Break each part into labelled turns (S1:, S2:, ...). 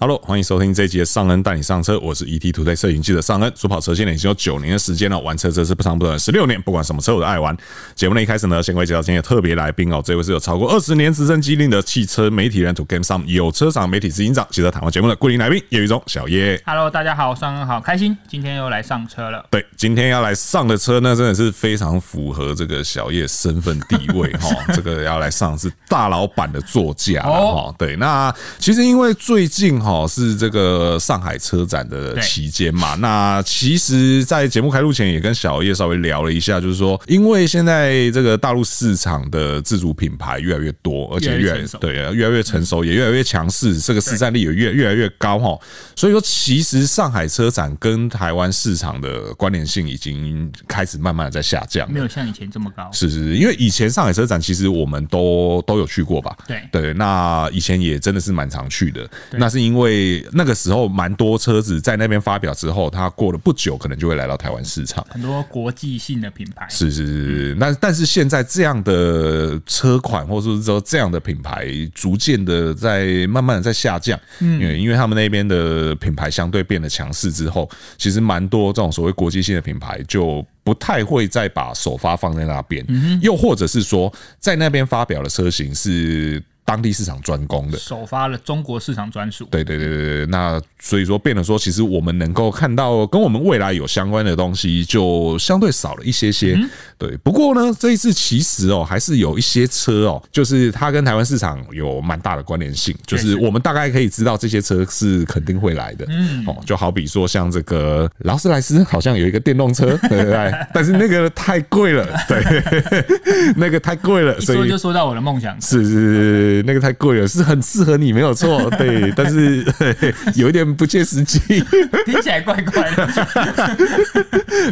S1: Hello，欢迎收听这一集的尚恩带你上车，我是 ET 图 y 摄影记者尚恩。主跑车现在已经有九年的时间了，玩车真是不长不短，十六年，不管什么车我都爱玩。节目的一开始呢，先为介绍今天的特别来宾哦，这位是有超过二十年资深经历的汽车媒体人 To Game 上有车厂媒体执行长，记者谈话节目的固定来宾叶宇中小叶。
S2: Hello，大家好，上恩好，开心，今天又来上车了。
S1: 对，今天要来上的车呢，真的是非常符合这个小叶身份地位 哈。这个要来上是大老板的座驾了哈
S2: 哦。
S1: 对，那其实因为最近哈是这个上海车展的
S2: 对
S1: 期间嘛，那其实，在节目开录前也跟小叶稍微聊了一下，就是说，因为现在这个大陆市场的自主品牌越来越多，而且
S2: 越
S1: 越
S2: 来
S1: 来
S2: 越成熟
S1: 对，越来越成熟，也越来越强势，这个市占率也越越来越高哈。所以说，其实上海车展跟台湾市场的关联性已经开始慢慢的在下降了
S2: 没有像以前这么高，
S1: 是是，是因为以前上海车展其实我们都都有去过吧？
S2: 对
S1: 对，那以前也真的是蛮常去的。那是因为那个时候蛮多车子在那边发表之后，它过了不久可能就会来到台湾市场。
S2: 很多国际性的品牌。
S1: 是是是是，那但是现在这样的车款，或者是说这样的品牌，逐渐的在慢慢的在下降，嗯，因为因为他们那边的品牌相对变得强势之后，其实蛮多这种所谓国际性的品牌就。不太会再把首发放在那边，又或者是说，在那边发表的车型是当地市场专攻的，
S2: 首发了中国市场专属，
S1: 对对对对对，那所以说变得说，其实我们能够看到跟我们未来有相关的东西，就相对少了一些些。
S2: 嗯
S1: 对，不过呢，这一次其实哦，还是有一些车哦，就是它跟台湾市场有蛮大的关联性，就是
S2: 确实
S1: 我们大概可以知道这些车是肯定会来的。嗯，哦，就好比说像这个劳斯莱斯，好像有一个电动车，对对对，但是那个太贵了，对， 那个太贵了，
S2: 一
S1: 所
S2: 说
S1: 以
S2: 就说到我的梦想。
S1: 是是是是，那个太贵了，是很适合你，没有错，对，但是 有一点不切实际，
S2: 听起来怪怪的，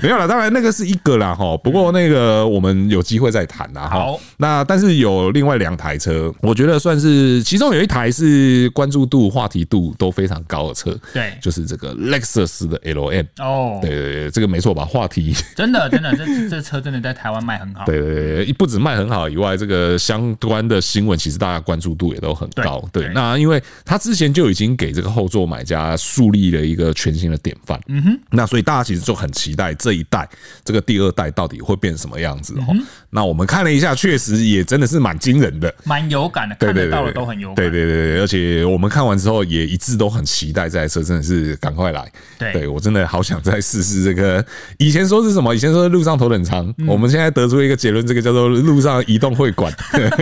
S1: 没有啦，当然那个是一个啦哈，不过那个我们有机会再谈啦哈
S2: 好。
S1: 那但是有另外两台车，我觉得算是其中有一台是关注度、话题度都非常高的车，
S2: 对
S1: 就是这个 Lexus 的 LM。
S2: 哦，
S1: 对对对，这个没错吧？话题
S2: 真的真的，这这车真的在台湾卖很好，
S1: 对对对，不止卖很好以外，这个相关的新闻其实大家关注度也都很高。
S2: 对
S1: 对，
S2: 对
S1: 那因为他之前就已经给这个后座买家树立了一个全新的典范。嗯哼，那所以大家其实就很期待这一代这个第二代到底会变什么样子哦。那我们看了一下，确实也真的是蛮惊人的。
S2: 蛮有感的，
S1: 对
S2: 看
S1: 对
S2: 得
S1: 对
S2: 到
S1: 对，
S2: 的都很有感。
S1: 对对对对，而且我们看完之后也一致都很期待这台车，真的是赶快来。
S2: 对
S1: 我真的好想再试试这个。以前说是什么？以前说是路上头等舱，
S2: 嗯
S1: 我们现在得出一个结论，这个叫做路上移动会 馆，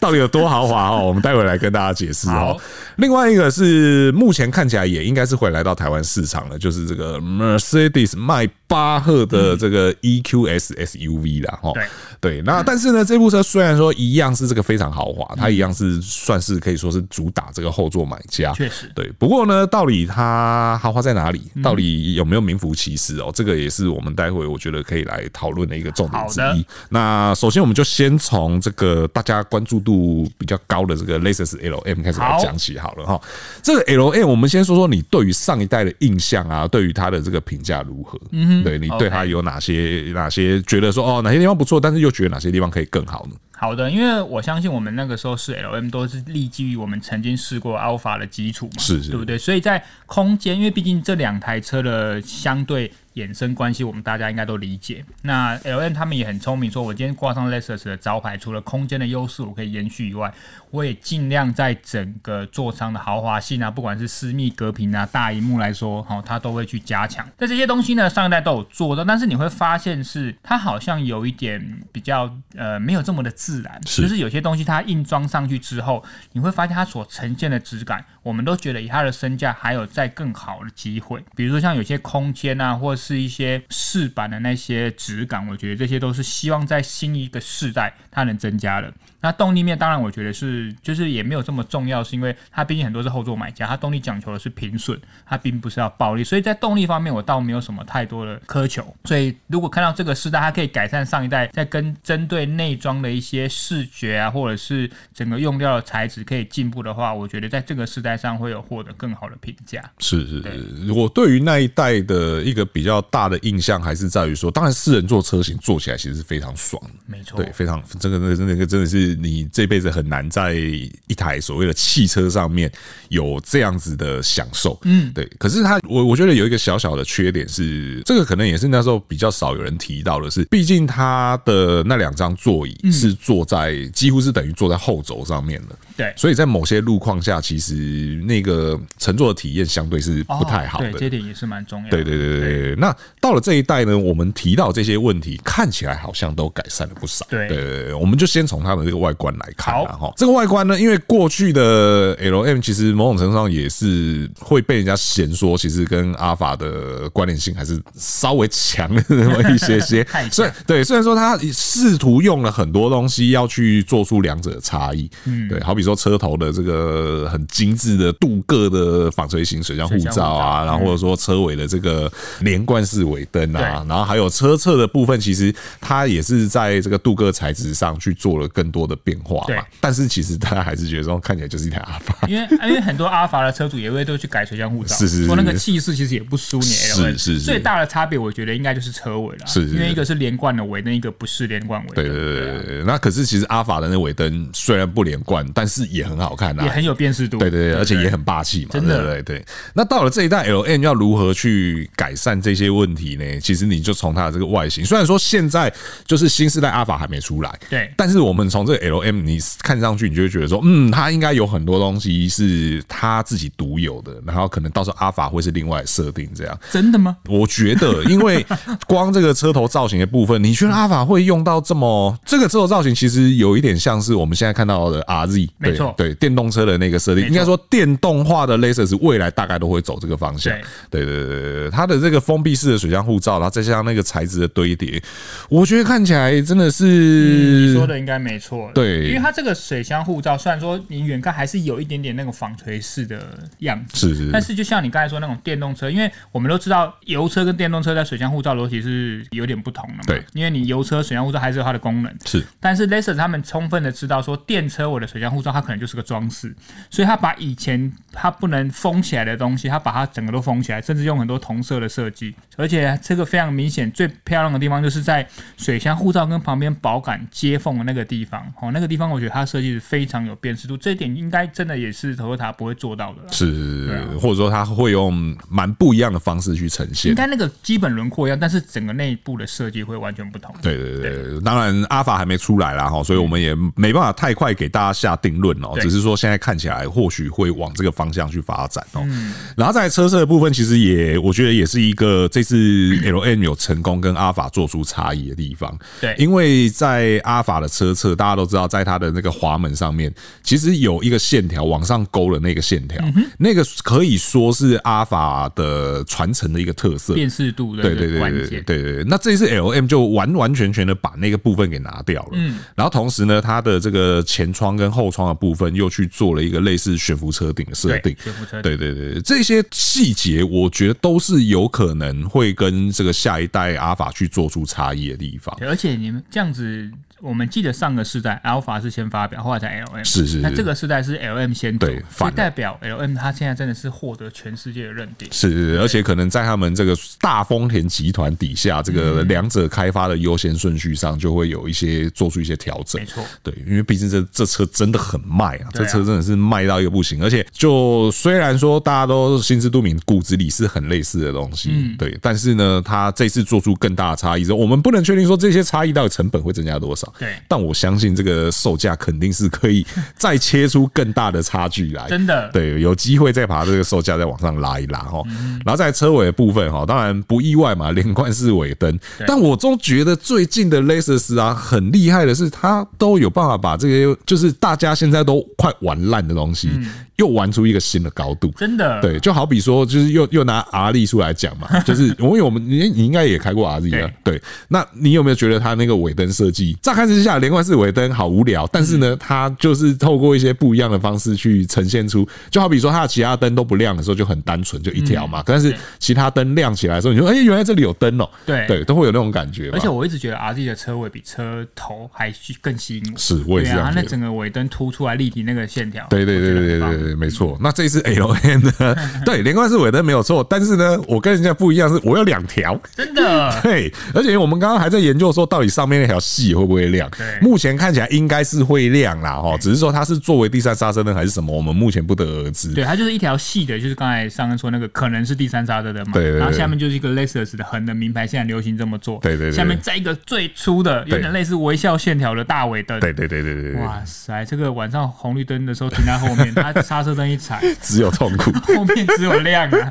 S1: 到底有多豪华哦？我们待会来跟大家解释哦
S2: 好。
S1: 另外一个是目前看起来也应该是会来到台湾市场了，就是这个 Mercedes 迈巴赫的这个 E EQS SUV 啦，哈、
S2: 嗯对
S1: 对，那但是呢，这部车虽然说一样是这个非常豪华，
S2: 嗯
S1: 它一样是算是可以说是主打这个后座买家，
S2: 确实
S1: 对。不过呢，到底它豪华在哪里？
S2: 嗯
S1: 到底有没有名副其实哦？这个也是我们待会我觉得可以来讨论的一个重点之
S2: 好
S1: 一
S2: 的。
S1: 那首先我们就先从这个大家关注度比较高的这个 Lexus LM 开始来
S2: 好
S1: 讲起好了哈。这个 LM 我们先说说你对于上一代的印象啊，对于它的这个评价如何？嗯，对你对
S2: OK
S1: 它有哪些哪些觉得说哦哪些地方不错，但是又觉得哪些地方可以更好呢？
S2: 好的，因为我相信我们那个时候是 L M 都是立基于我们曾经试过 Alpha 的基础嘛，
S1: 是是
S2: 对不对？所以在空间，因为毕竟这两台车的相对衍生关系，我们大家应该都理解。那 L M 他们也很聪明，说我今天挂上 Lexus 的招牌，除了空间的优势我可以延续以外，我也尽量在整个座舱的豪华性啊，不管是私密隔屏啊、大荧幕来说，好、它都会去加强。在这些东西呢，上一代都有做到，但是你会发现是它好像有一点比较呃没有这么的自然，
S1: 是
S2: 就是有些东西它硬装上去之后，你会发现它所呈现的质感，我们都觉得以它的身价还有再更好的机会。比如说像有些空间啊，或是一些饰板的那些质感，我觉得这些都是希望在新一个世代它能增加的。那动力面当然我觉得是就是也没有这么重要，是因为它毕竟很多是后座买家，它动力讲求的是平顺，它并不是要暴力，所以在动力方面我倒没有什么太多的苛求。所以如果看到这个世代，它可以改善上一代，在跟针对内装的一些视觉啊，或者是整个用料的材质可以进步的话，我觉得在这个世代上会有获得更好的评价。
S1: 是是是，我对于那一代的一个比较较大的印象还是在于说，当然四人座车型坐起来其实是非常爽的，
S2: 没错，
S1: 对，非常这个那个那个真的是你这辈子很难在一台所谓的汽车上面有这样子的享受，嗯，对。可是它我我觉得有一个小小的缺点是，这个可能也是那时候比较少有人提到的是，毕竟它的那两张座椅是坐在几乎是等于坐在后轴上面的，
S2: 对
S1: 所以在某些路况下，其实那个乘坐的体验相对是不太好
S2: 哦
S1: 的，
S2: 对，这点也是蛮重要的。
S1: 对对对对对。那到了这一代呢，我们提到这些问题，看起来好像都改善了不少。
S2: 对
S1: 对对对，我们就先从它的这个外观来看啦。
S2: 好
S1: 哈，这个外观呢，因为过去的 L M 其实某种程度上也是会被人家嫌说，其实跟阿法的关联性还是稍微强了那么一些些
S2: 太强。
S1: 虽然对，虽然说它试图用了很多东西要去做出两者的差异，嗯，对，好比说车头的这个很精致的镀铬的纺锤形水箱护
S2: 水箱护
S1: 罩啊，
S2: 罩
S1: 然后或者说车尾的这个连贯式尾灯啊，
S2: 对
S1: 然后还有车侧的部分，其实它也是在这个镀铬材质上去做了更多的变化
S2: 对
S1: 嘛。但是其实大家还是觉得说看起来就是一台阿法。
S2: 因为因为很多阿法的车主也会都去改水箱护罩，
S1: 是是是
S2: 说那个气势其实也不输你 L
S1: 是
S2: N，
S1: 是是
S2: 最大的差别我觉得应该就是车尾了，
S1: 是是
S2: 因为一个是连贯的尾灯，一个不是连贯尾啊
S1: 对
S2: 灯，
S1: 对对对对，那可是其实阿法的那尾灯虽然不连贯，但是也很好看啊，
S2: 也很有辨识度，
S1: 对对对，而且也很霸气嘛，
S2: 真的
S1: 对对对。那到了这一代 L N 要如何去改善这些问题呢？其实你就从它的这个外形，虽然说现在就是新时代阿法还没出来，
S2: 对
S1: 但是我们从这个 L M 你看上去，你就会觉得说，嗯，它应该有很多东西是它自己独有的，然后可能到时候阿法会是另外设定这样。
S2: 真的吗？
S1: 我觉 得，因为光这个车头造型的部分，你觉得阿法会用到这么这个车头造型，其实有一点像是我们现在看到的 RZ，对
S2: 没错
S1: 对，电动车的那个设定，
S2: 没
S1: 应
S2: 错
S1: 该说电动化的 Lexus 未来大概都会走这个方向。对对对对对，它的这个封闭式的水箱护罩，然后再加上那个材质的堆叠，我觉得看起来真的
S2: 嗯你
S1: 是
S2: 说的应该没错，
S1: 呃对
S2: 因为它这个水箱护罩虽然说你远看还是有一点点那个纺锤式的样子，
S1: 是是
S2: 但是就像你刚才说那种电动车，因为我们都知道油车跟电动车在水箱护罩逻辑是有点不同的嘛。
S1: 对，
S2: 因为你油车水箱护罩还是有它的功能，
S1: 是
S2: 但是 Laser 他们充分的知道说电车我的水箱护罩它可能就是个装饰，所以它把以前它不能封起来的东西，它把它整个都封起来，甚至用很多同色的设计，而且这个非常明显，最漂亮的地方就是在水箱护罩跟旁边保杆接缝的那个地方，哦，那个地方我觉得它设计是非常有辨识度，这一点应该真的也是 Toyota 不会做到的啦。
S1: 是
S2: 对啊，
S1: 或者说它会用蛮不一样的方式去呈现
S2: 应。该那个基本轮廓一样，但是整个内部的设计会完全不同。
S1: 对对对对，当然阿法还没出来啦哈，所以我们也没办法太快给大家下定论哦，
S2: 对
S1: 只是说现在看起来或许会往这个方向去发展哦。
S2: 嗯
S1: 然后在车色的部分，其实也我觉得也是一个这次 L M 有成功跟阿法做出差异的地方。
S2: 对
S1: 因为在阿法的车侧，大家都知道，在它的那个滑门上面，其实有一个线条往上勾的那个线条，
S2: 嗯
S1: 那个可以说是阿法的传承的一个特色。
S2: 辨识度的
S1: 对对对
S2: 关
S1: 对对
S2: 键，
S1: 对对，那这一次 L M 就完完全全的把那个部分给拿掉了，嗯，然后同时呢，它的这个前窗跟后窗的部分又去做了一个类似悬浮车顶的设定
S2: 对，悬浮车顶
S1: 对对对，对这些细节我觉得都是有可能会跟这个下一代阿法去做出差异的地方。
S2: 对而且你们这样子，我们记得上个世代 Alpha 是先发表，后来才 LM，
S1: 是是
S2: 那
S1: 是
S2: 这个世代是 LM 先做
S1: 对
S2: 所
S1: 反
S2: 以
S1: 了
S2: 代表 LM 它现在真的是获得全世界的认定。
S1: 是是，是而且可能在他们这个大丰田集团底下，这个
S2: 嗯
S1: 两者开发的优先顺序上，就会有一些做出一些调整。
S2: 没错，
S1: 对，因为毕竟这这车真的很卖啊，
S2: 对啊
S1: 这车真的是卖到一个不行。而且就虽然说大家都心知肚明，骨子里是很类似的东西，
S2: 嗯
S1: 对，但是呢，它这次做出更大的差异之后，我们不能确定说这些差异到底成本会增加多少，
S2: 对
S1: 但我相信这个售价肯定是可以 再切出更大的差距来，
S2: 真的
S1: 对，有机会再把这个售价再往上拉一拉哈。然后在车尾的部分哈，当然不意外嘛，连贯式尾灯。但我总觉得最近的 Lexus 啊，很厉害的是，它都有办法把这些就是大家现在都快玩烂的东西，又玩出一个新的高度。
S2: 真的，
S1: 对，就好比说，就是又又拿 R 力出来讲嘛，就是 因为我们你你应该也开过 R 力啊，对，那你有没有觉得它那个尾灯设计，乍看之下连贯式尾灯好无聊，但是
S2: 嗯
S1: 呢，它就是透过一些不一样的方式去呈现出，就好比说它的其他灯都不亮的时候就很单纯，就一条
S2: 嗯
S1: 嘛，但是其他灯亮起来的时候，你说哎、原来这里有灯哦，
S2: 对
S1: 对，都会有那种感觉嘛，
S2: 而且我一直觉得 RZ 的车尾比车头还吸更吸引我。
S1: 是我也
S2: 对
S1: 是这
S2: 啊，
S1: 样
S2: 它那
S1: 觉得。
S2: 整个尾灯凸出来立体那个线条，
S1: 对对对
S2: 我觉得
S1: 对对
S2: 很棒
S1: 对对，没错。那这一次 L N 呢？ 对，连贯式尾灯没有错，但是呢，我跟人家不一样，是我有两条。
S2: 真的，
S1: 对，而且我们刚刚还在研究说，到底上面那条细会不会亮
S2: 对？
S1: 目前看起来应该是会亮啦，哈，只是说它是作为第三刹车灯还是什么，我们目前不得而知。
S2: 对，它就是一条细的，就是刚才上恩说那个可能是第三刹车的嘛，
S1: 对对对
S2: 然后下面就是一个 Lexus 的横的名牌，现在流行这么做，
S1: 对对对
S2: 下面再一个最粗的，有点类似微笑线条的大尾灯，
S1: 对对对对对对，
S2: 哇塞，这个晚上红绿灯的时候停在后面，它刹车灯一踩，
S1: 只有痛苦，
S2: 后面只有亮啊，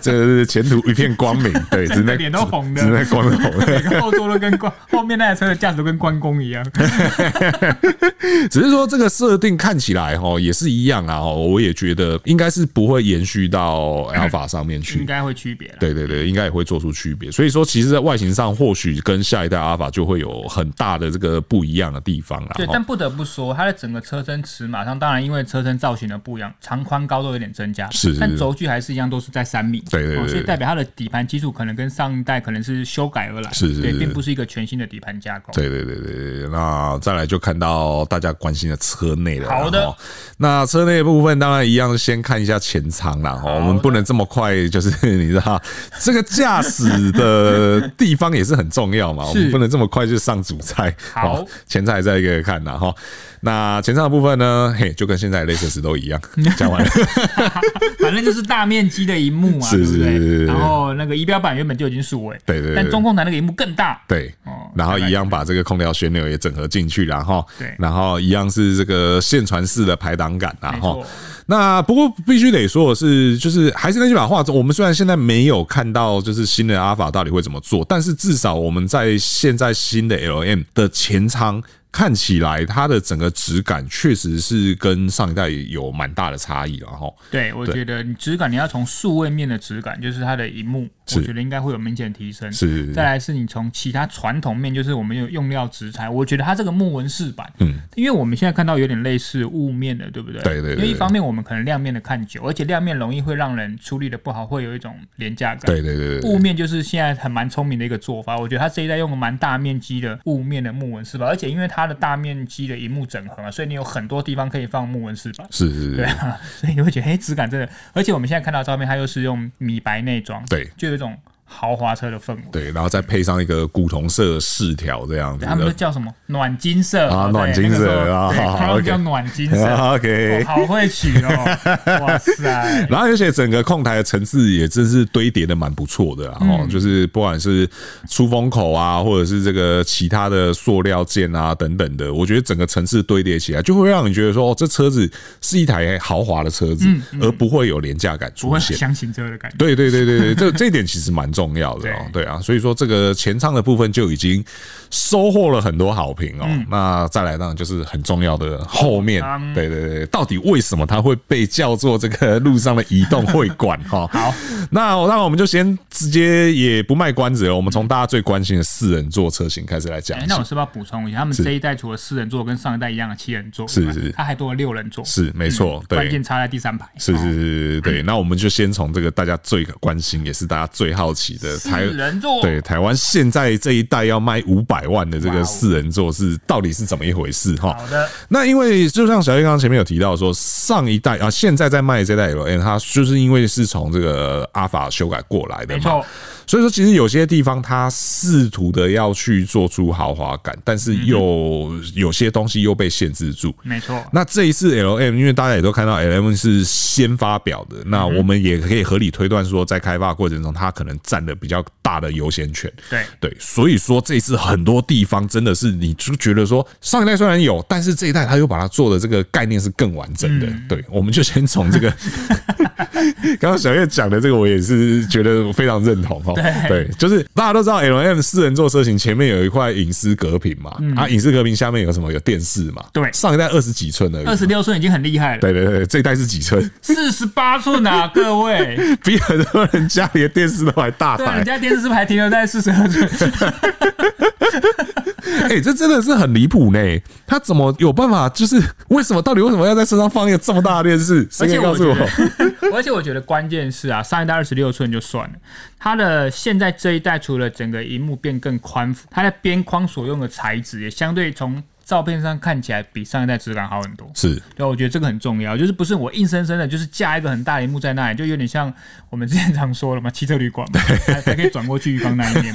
S1: 这个前途一片光 明，对，只能
S2: 脸都红的
S1: 只能光都红的。
S2: 每个后座都跟关，后面那台车的架子都跟关公一样，
S1: 只是说这个设定看起来哈也是一样啊，齁我也觉得应该是不会延续到 Alpha 上面
S2: 应
S1: 去。
S2: 该会区别了。
S1: 对对对，应该也会做出区别。所以说，其实，在外形上或许跟下一代 Alpha 就会有很大的这个不一样的地方啦。
S2: 对，
S1: 齁
S2: 但不得不说，它的整个车身尺码上，当然因为车身造型的不一样，长宽高都有点增加，
S1: 是是
S2: 但轴距还是一样，都是在三米，
S1: 对对对
S2: 哦，所以
S1: 对
S2: 代表它的底盘基础可能跟上一代可能是修改而来，
S1: 是是
S2: 对，
S1: 是
S2: 并不是一个全新的底盘架构。
S1: 对对对对对，那再来就看到大家关心的车内了啦。
S2: 好的
S1: 齁，那车内的部分当然一样，先看一下前舱啦。哈，我们不能这么快，就是 你知道，这个驾驶的地方也是很重要嘛，我们
S2: 是
S1: 不能这么快就上主菜。
S2: 好
S1: 齁，前菜再一个一个看啦。哈。那前舱的部分呢，嘿，就跟现在雷克斯都一样，讲完了。
S2: 反正就是大面积的荧幕嘛，
S1: 是
S2: 对不
S1: 是是是
S2: 对？然后那个仪表板原本就已经数位，
S1: 对对对
S2: 但中控台那个荧幕更大，
S1: 对
S2: 哦，
S1: 然后
S2: 大概
S1: 一样把这个空调旋钮也整合进去啦，然后
S2: 对
S1: 然后一样是这个线传式的排挡杆啦，
S2: 没
S1: 然
S2: 错
S1: 后那不过必须得说的是，就是还是那句老话，我们虽然现在没有看到就是新的阿尔法到底会怎么做，但是至少我们在现在新的 L M 的前舱。看起来它的整个质感确实是跟上一代有蛮大的差异了哈。
S2: 对，我
S1: 对
S2: 觉得你质感你要从数位面的质感，就是它的荧幕，我
S1: 是
S2: 觉得应该会有明显提升。
S1: 是
S2: 再来是你从其他传统面，就是我们有用料植材，我觉得它这个木纹饰板，
S1: 嗯，
S2: 因为我们现在看到有点类似雾面的，对不对？
S1: 对对对
S2: 因为一方面我们可能亮面的看久，而且亮面容易会让人处理的不好，会有一种廉价感。
S1: 对对对对
S2: 雾面就是现在很蛮聪明的一个做法，我觉得它这一代用了蛮大面积的雾面的木纹饰板，而且因为它的大面积的荧幕整合嘛，所以你有很多地方可以放木纹饰板。
S1: 是是
S2: 对
S1: 是，
S2: 啊， 所以你会觉得，哎、质感真的，而且我们现在看到的照片，它又是用米白内装，
S1: 对
S2: 就有一种豪华车的氛围。
S1: 对，然后再配上一个古铜色的饰条这样子
S2: 对他们都
S1: 的。
S2: 叫什么暖金色
S1: 啊
S2: 对
S1: 暖金色
S2: 那个时候
S1: 啊
S2: 对，
S1: 好
S2: 他们
S1: OK 啊
S2: 叫暖 金色，
S1: OK，
S2: 我好会取 哦，哇塞！
S1: 然后而且整个控台的层次也真是堆叠的蛮不错的啦，
S2: 嗯
S1: 哦、就是不管是出风口啊，或者是这个其他的塑料件啊等等的，我觉得整个层次堆叠起来，就会让你觉得说，哦，这车子是一台豪华的车子，而不会有廉价感
S2: 嗯不会
S1: 出
S2: 有
S1: 现。
S2: 箱型车的感觉，
S1: 对对对对对， 这这一点其实蛮重要的哦。对啊，所以说这个前唱的部分就已经收获了很多好评哦。那再来当然就是很重要的后面
S2: 嗯，
S1: 对对对，到底为什么它会被叫做这个路上的移动会馆 哈？好，那我那我们就先直接也不卖关子了，我们从大家最关心的四人座车型开始来讲
S2: 哎、
S1: 一
S2: 那我
S1: 下。
S2: 是不是要补充一下？他们这一代除了四人座跟上一代一样的七人座，
S1: 是
S2: 对吧
S1: 是
S2: 它还多了六人座，
S1: 是没错，对，
S2: 嗯关键嗯插在第三排。
S1: 是是是是，对。那我们就先从这个大家最关心，也是大家最好奇的
S2: 哦四
S1: 台
S2: 人 座
S1: 对台湾现在这一代要卖五百万的这
S2: 哇哦
S1: 个四人座是到底是怎么一回事哈？
S2: 好的，
S1: 那因为就像小叶刚刚前面有提到说，上一代啊，现在在卖这代 L N，它就是因为是从这个阿法修改过来的
S2: 没
S1: 嘛，
S2: 错，
S1: 所以说，其实有些地方它试图的要去做出豪华感，但是又
S2: 嗯
S1: 有些东西又被限制住。
S2: 没错。
S1: 那这一次 L M，因为大家也都看到 L M 是先发表的，那
S2: 嗯
S1: 我们也可以合理推断说，在开发过程中，它可能占了比较大的优先权。
S2: 对
S1: 对，所以说这一次很多地方真的是，你就觉得说上一代虽然有，但是这一代它又把它做的这个概念是更完整的。
S2: 嗯
S1: 对，我们就先从这 个刚刚小月讲的这个，我也是觉得非常认同哦。对，就是大家都知道 L M 四人座车型前面有一块隐私隔屏嘛，啊，隐私隔屏下面有什么？有电视嘛。
S2: 嗯对
S1: 上一代二十几寸而已嘛
S2: 二。十六寸已经很厉害了，
S1: 对对对，这一代是几 寸？
S2: 四十八寸啊，各位，
S1: 比很多人家里的电视都还大
S2: 对，啊人
S1: 台。
S2: 家电视是不是还停留在四十二寸？
S1: 哎、这真的是很离谱呢！他怎么有办法？就是为什么？到底为什么要在身上放一个这么大的电视？谁可以告诉我？
S2: 而且我觉得关键是啊，上一代二十六寸就算了，它的现在这一代除了整个荧幕变更宽幅，它的边框所用的材质也相对从。照片上看起来比上一代质感好很多。
S1: 是
S2: 对，我觉得这个很重要，就是不是我硬生生的，就是架一个很大的荧幕在那里，就有点像我们之前常说了嘛，汽车旅馆嘛，还还可以转过去浴缸那一 面，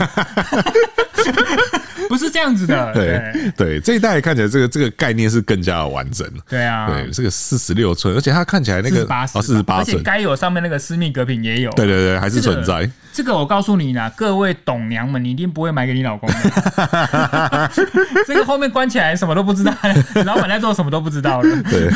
S2: 不是这样子的，对
S1: 对对，这一代看起来这个这个概念是更加的完整。
S2: 对啊，
S1: 对，这个四十六寸，而且它看起来那
S2: 四
S1: 个
S2: 十八
S1: 哦四十八
S2: 而且
S1: 寸，
S2: 该有上面那个私密隔屏也有，
S1: 对对对，还是存在。
S2: 这个我告诉你啦，各位董娘们，你一定不会买给你老公的。 这个后面关起来什么都不知道， 老板在做什么都不知道了。
S1: 对，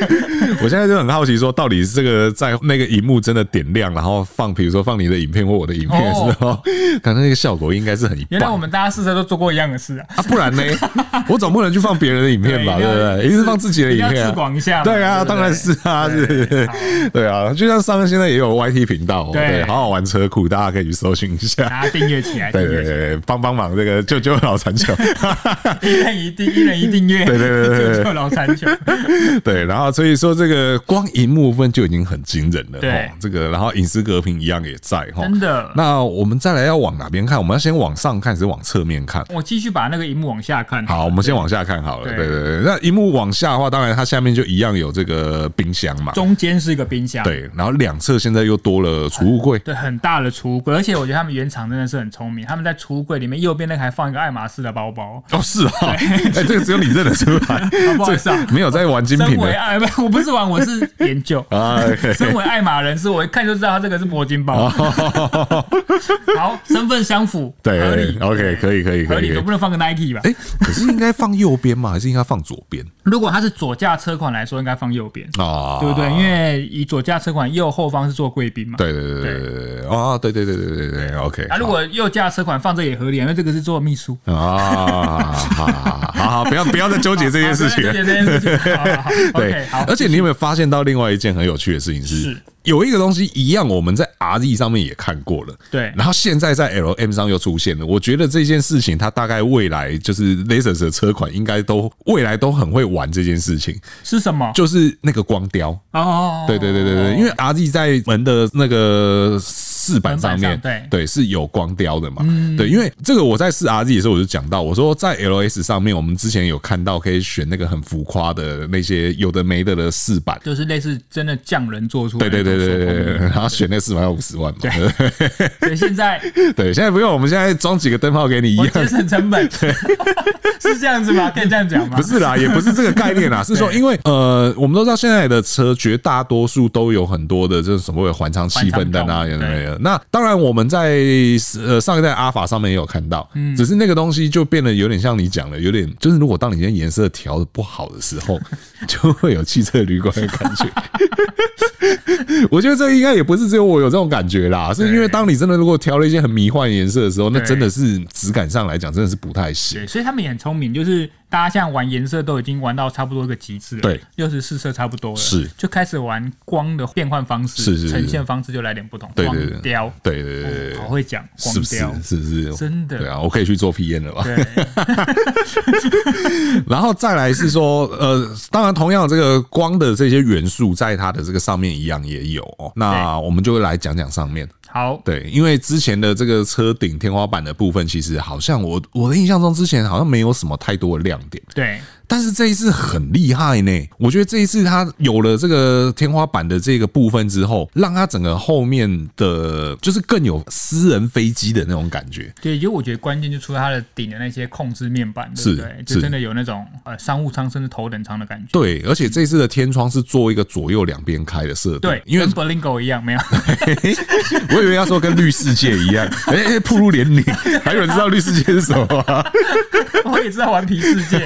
S1: 我现在就很好奇，说到底是这个在那个荧幕真的点亮，然后放，比如说放你的影片或我的影片的时候，可能那个效果应该是很一
S2: 哦原
S1: 般
S2: 来我们大家试车都做过一样的事啊，
S1: 啊，不然呢， 我总不能去放别人的影片吧，对
S2: 对
S1: 不对？一定是放自己的
S2: 一
S1: 影
S2: 定要
S1: 片
S2: 推
S1: 啊。
S2: 广一下嘛。
S1: 对啊，
S2: 不
S1: 当然是啊，
S2: 对
S1: 是
S2: 好，
S1: 对啊，就像上面现在也有 YT 频道哦，
S2: 对
S1: 对，好好玩车库，大家可以去搜寻一 下。
S2: 大家订阅起来，
S1: 对
S2: 订阅
S1: 对
S2: 起
S1: 对，对帮帮忙，这个救救老残球。
S2: 来，一人一订，一人一订阅，
S1: 对对对对对
S2: 救救老三九，
S1: 对，然后所以说这个光荧幕部分就已经很惊人了。
S2: 对
S1: 齁这个然后隐私隔屏一样也在哈。齁
S2: 真的。
S1: 那我们再来要往哪边看？我们要先往上看，还是往侧面看？
S2: 我继续把那个荧幕往下看。
S1: 好，我们先往下看好了。
S2: 对
S1: 对对对，那荧幕往下的话，当然它下面就一样有这个冰箱嘛。
S2: 中啊间是一个冰箱，
S1: 对，然后两侧现在又多了储物柜。
S2: 对，很大的储物柜，而且我觉得他们原厂真的是很聪明，他们在储物柜里面右边那个还放一个爱马仕的包包。
S1: 哦，是啊，哎，这个只有你认得出来，
S2: 不好意思啊
S1: 这个没有在玩精
S2: 身
S1: 品
S2: 为
S1: 的
S2: 爱，不我不是玩，我是研究。
S1: 啊。OK
S2: 身为爱马人士，我一看就知道他这个是铂金包。好，身份相符，合
S1: 对
S2: 理
S1: ，OK，可以，可以，
S2: 合
S1: 可以
S2: 理，
S1: 可
S2: 总
S1: 以
S2: 不。能放个 Nike 吧？
S1: 哎，可是应该放右边吗？还是应该放左边
S2: 如果它是左驾车款来说，应该放右边，
S1: 啊？
S2: 对不对？因为以左驾车款右后方是做贵宾嘛。
S1: 对对对对对，哦，对对对对对对，OK 好。
S2: 啊，如果右驾车款放这也合理啊，因为这个是做秘书。
S1: 啊，好好好，不要不要再纠结这件事情了。
S2: 啊对对对这件事情，好好好
S1: 对
S2: ，OK，好，。
S1: 而且你有没有发现到另外一件很有趣的事情是
S2: 是，
S1: 有一个东西一样，我们在 RZ 上面也看过了，
S2: 对
S1: 然后现在在 LM 上又出现了。我觉得这件事情，它大概未来就是 Lexus 的车款应该都未来都很会玩这件事情，
S2: 是什么？
S1: 就是那个光雕。
S2: 哦哦，哦
S1: 对对对对对，因为 R Z 在门的那个饰板上嗯面
S2: 门，板上
S1: 是有光雕的嘛，对，因为这个我在试 R Z 的时候我就讲到，我说在 L S 上面，我们之前有看到可以选那个很浮夸的那些有的没的的饰板。
S2: 就是类似真的匠人做出来
S1: 对
S2: 的
S1: 对对对对对，对
S2: 手工艺
S1: 然后选那四百五十万嘛，
S2: 所以现在
S1: 对，现在不用，我们现在装几个灯泡给你一
S2: 我
S1: 样，
S2: 节省 成本，是这样子吗？可以这样讲吗？
S1: 不是啦，也不是这个概念啦，是说因为呃，我们都知道现在的车绝大多数都有很多的这种所谓的环舱气氛灯啊，
S2: 环
S1: 有
S2: 舱
S1: 的
S2: 灯
S1: 没有？那当然我们在呃上一代阿法上面也有看到，只是那个东西就变得有点像你讲的，有点就是如果当你今天颜色调的不好的时候，就会有汽车旅馆的感觉。 我觉得这应该也不是只有我有这种感觉啦，是因为当你真的如果调了一些很迷幻的颜色的时候，那
S2: 对
S1: 真的是质感上来讲真的是不太行。
S2: 对，所以他们也很聪明，就是大家现在玩颜色都已经玩到差不多一个极致了，
S1: 对，
S2: 六十四色差不多了，
S1: 是
S2: 就开始玩光的变换方式，
S1: 是是是
S2: 呈现方式就来点不同，
S1: 对对对
S2: 光雕，哦
S1: 对对对对对
S2: 好会讲光
S1: 是不是
S2: 雕，？
S1: 是不是？
S2: 真的
S1: 对啊，我可以去做 PM 了吧？
S2: 对，
S1: 然后再来是说，呃，当然，同样这个光的这些元素，在它的这个上面一样也有哦。那我们就来讲讲上面，
S2: 好，
S1: 对，因为之前的这个车顶天花板的部分，其实好像我我的印象中，之前好像没有什么太多的亮点。
S2: 对，
S1: 但是这一次很厉害呢，我觉得这一次它有了这个天花板的这个部分之后，让它整个后面的就是更有私人飞机的那种感觉。
S2: 对，就我觉得关键就出在它的顶的那些控制面板，对
S1: 是
S2: 不对？
S1: 是
S2: 就真的有那种呃商务舱甚至头等舱的感觉。
S1: 对，而且这次的天窗是做一个左右两边开的设定，
S2: 对，
S1: 因为
S2: 跟 Blingo 一样，没有
S1: 我以为要说跟绿世界一样， 哎、哎，铺路连理， 还有人知道绿世界是什么吗、
S2: 我也知道顽皮世 界，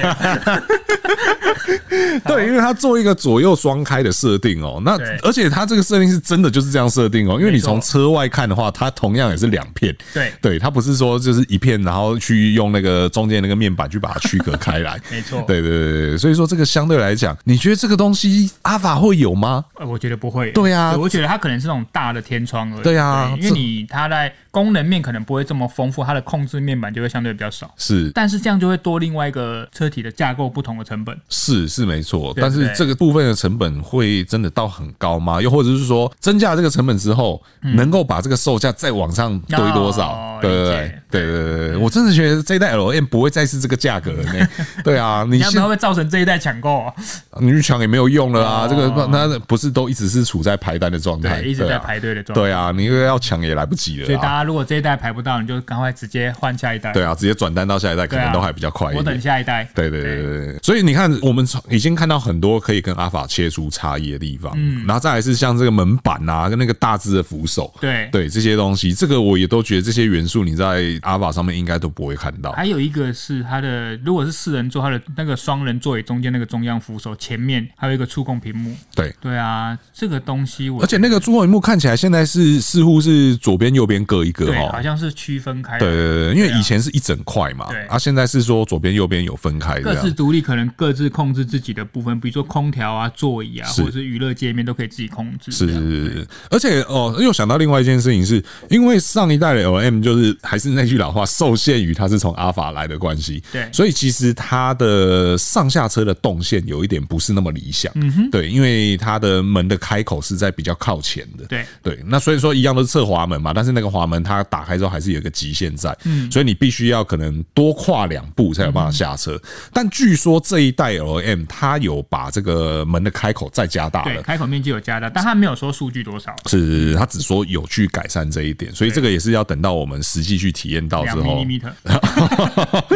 S1: 对，因为它做一个左右双开的设定哦，那
S2: 对
S1: 而且它这个设定是真的就是这样设定哦，因为你
S2: 没错
S1: 从车外看的话，它同样也是两片，
S2: 对
S1: 对，它不是说就是一片，然后去用那个中间那个面板去把它区隔开来，
S2: 没错
S1: 对对对对对，所以说这个相对来讲，你觉得这个东西阿法会有吗？
S2: 呃我觉得不会。
S1: 对啊
S2: 我觉得它可能是那种大的天窗而已。
S1: 对啊
S2: 因为
S1: 这
S2: 你它在功能面可能不会这么丰富，它的控制面板就会相对比较少。
S1: 是
S2: 但是这样就会多另外一个车体的架构不同的成本，
S1: 是是没错，
S2: 对
S1: 但是
S2: 对
S1: 这个部分的成本会真的到很高吗？又或者是说增加这个成本之后，能够把这个售价再往上堆多少？
S2: 嗯哦
S1: 对不
S2: 理
S1: 对
S2: 解？
S1: 对对对对，我真的觉得这一代 L M 不会再是这个价格了 呢。对啊，你
S2: 这
S1: 现
S2: 样子会不会造成这一代抢购啊？
S1: 你去抢也没有用了啊，
S2: 哦
S1: 这个不那不是都一直是处在排单的状态，
S2: 对，一直
S1: 啊
S2: 在排队的状态。
S1: 对啊，你又要抢也来不及
S2: 所以
S1: 了
S2: 大
S1: 啊。
S2: 家如果这一代排不到，你就赶快直接换下一代。
S1: 对啊，直接转单到下一代可
S2: 对啊，
S1: 能都还比较快一
S2: 我等
S1: 点。
S2: 下一代。
S1: 对对对对对，所以你看，我们从已经看到很多可以跟阿法切出差异的地方，
S2: 嗯
S1: 然后再来是像这个门板啊，跟那个大只的扶手，
S2: 对
S1: 对这些东西，这个我也都觉得这些元素你在阿法上面应该都不会看到。
S2: 还有一个是它的，如果是四人座，它的那个双人座椅中间那个中央扶手前面还有一个触控屏幕。
S1: 对，
S2: 对啊，这个东西我
S1: 而且那个触控屏幕看起来现在是似乎是左边右边各一个
S2: 对
S1: 哦
S2: 好。像是区分开的，
S1: 对对对对，因为以前是一整块嘛
S2: 对，
S1: 啊，现在是说左边右边有分开这
S2: 各自
S1: 样。
S2: 独立，可能各自控制自己的部分，比如说空调啊、座椅啊，
S1: 是
S2: 或者是娱乐界面都可以自己控制。
S1: 是是是是，而且哦，又想到另外一件事情是，因为上一代的 LM 就是还是那句老话，受限于它是从阿法来的关系，
S2: 对
S1: 所以其实它的上下车的动线有一点不是那么理想，嗯哼，对，因为它的门的开口是在比较靠前的，
S2: 对
S1: 对，那所以说一样都是侧滑门嘛，但是那个滑门它打开之后还是有一个极限在，嗯，所以你必须要可能多跨两步才有办法下车。但据说这一代 L M 它有把这个门的开口再加大
S2: 对，
S1: 了。
S2: 开口面积有加大，但它没有说数据多少。
S1: 是，它只说有去改善这一点，所以这个也是要等到我们实际去体验到之
S2: 两
S1: 后
S2: m，m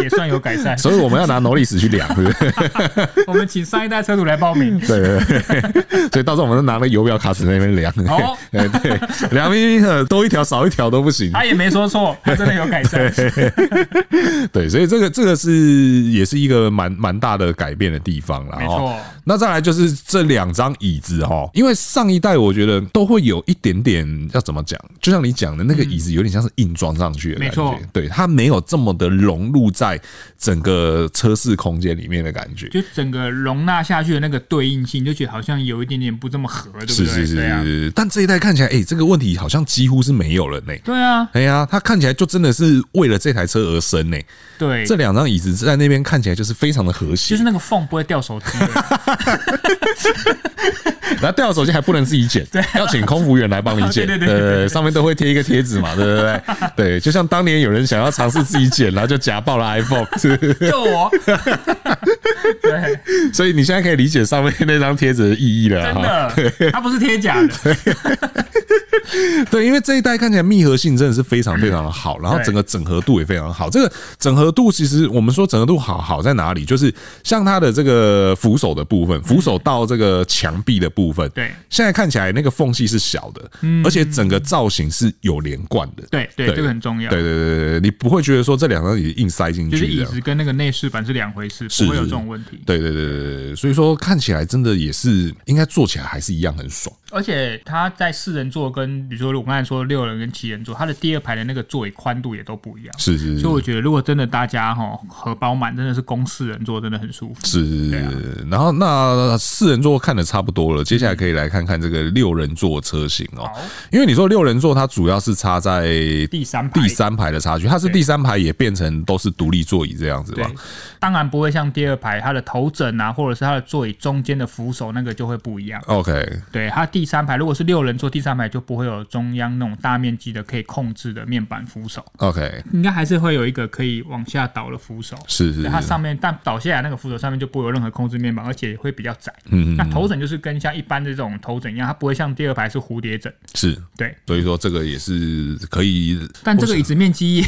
S2: 也算有改善。
S1: 所以我们要拿 n o 史去量，对不对？
S2: 我们请上一代车主来报名。
S1: 对对 对，所以到时候我们就拿那个油表卡尺在那边量，
S2: 哦
S1: 对对，两 mm 多一条少一条都不行，
S2: 他也没说错，他真的有改善。
S1: 对，所以这个这个是也是一个蛮蛮大的改变的地方啦。
S2: 没错
S1: 哦。那再来就是这两张椅子哈，因为上一代我觉得都会有一点点要怎么讲，就像你讲的那个椅子有点像是硬装上去的感
S2: 没错
S1: 觉，对，它没有这么的融入在整个车室空间里面的感觉。
S2: 就整个容纳下去的那个对应性，就觉得好像有一点点不这么合，对不对？
S1: 是是是
S2: 对
S1: 是
S2: 啊，
S1: 是，但这一代看起来，哎、这个问题好像几乎是没有了呢。
S2: 对啊，
S1: 哎呀，它看起来就真的是为了这台车而生呢。
S2: 对，
S1: 这两张椅子在那边看起来就是非常的和谐
S2: 就是，那个缝不会掉手机 的，
S1: 然后掉到手机还不能自己捡，要请空服员来帮你捡。
S2: 哦对对对对
S1: 呃上面都会贴一个贴纸嘛，对不对？对，就像当年有人想要尝试自己捡，然后就夹爆了 iPhone，是
S2: 就我， 对，
S1: 所以你现在可以理解上面那张贴纸的意义了
S2: 真
S1: 哈。
S2: 的，它不是贴 假的，
S1: 对，因为这一代看起来密合性真的是非常非常的好，然后整个整合度也非常好。这个整合度其实我们说整合度好好在哪里，就是像它的这个扶手的部分，扶手到这个墙壁的部分，
S2: 嗯对嗯
S1: 现在看起来那个缝隙是小的，而且整个造型是有连贯的，
S2: 对对，这个很重要。
S1: 对对对对对，你不会觉得说这两张椅子硬塞进
S2: 就
S1: 去
S2: 是椅
S1: 的。
S2: 子跟那个内饰板是两回事，
S1: 是
S2: 不会有这种问题。
S1: 对对对对对对，所以说看起来真的也是，应该坐起来还是一样很爽。
S2: 而且它在四人座跟比如说我刚才说六人跟七人座，它的第二排的那个座椅宽度也都不一样。
S1: 是是是
S2: 所以我觉得，如果真的大家哈荷包满，真的是公四人座真的很舒服。
S1: 是，然后那四人座看的差不多了，接下来可以来看看这个六人座车型哦
S2: 好。
S1: 因为你说六人座它主要是插在
S2: 第三排
S1: 第三排的差距，它是
S2: 对
S1: 第三排也变成都是独立座椅这样子
S2: 对
S1: 吧？，
S2: 当然不会像第二排它的头枕啊，或者是它的座椅中间的扶手那个就会不一
S1: 呃
S2: 样。
S1: OK，
S2: 对，它第三排如果是六人座，第三排就不会有中央那种大面积的可以控制的面板扶手，
S1: OK，
S2: 应该还是会有一个可以往下倒的扶手。
S1: 是是
S2: 对
S1: 是，
S2: 它上面，但倒下来那个扶手上面就不会有任何控制面板，而且会比较窄。
S1: 嗯
S2: 那头枕就是跟像一般的这种头枕一样，它不会像第二排是蝴蝶枕。
S1: 是，
S2: 对，
S1: 所以说这个也是可以。
S2: 但这个椅子面积也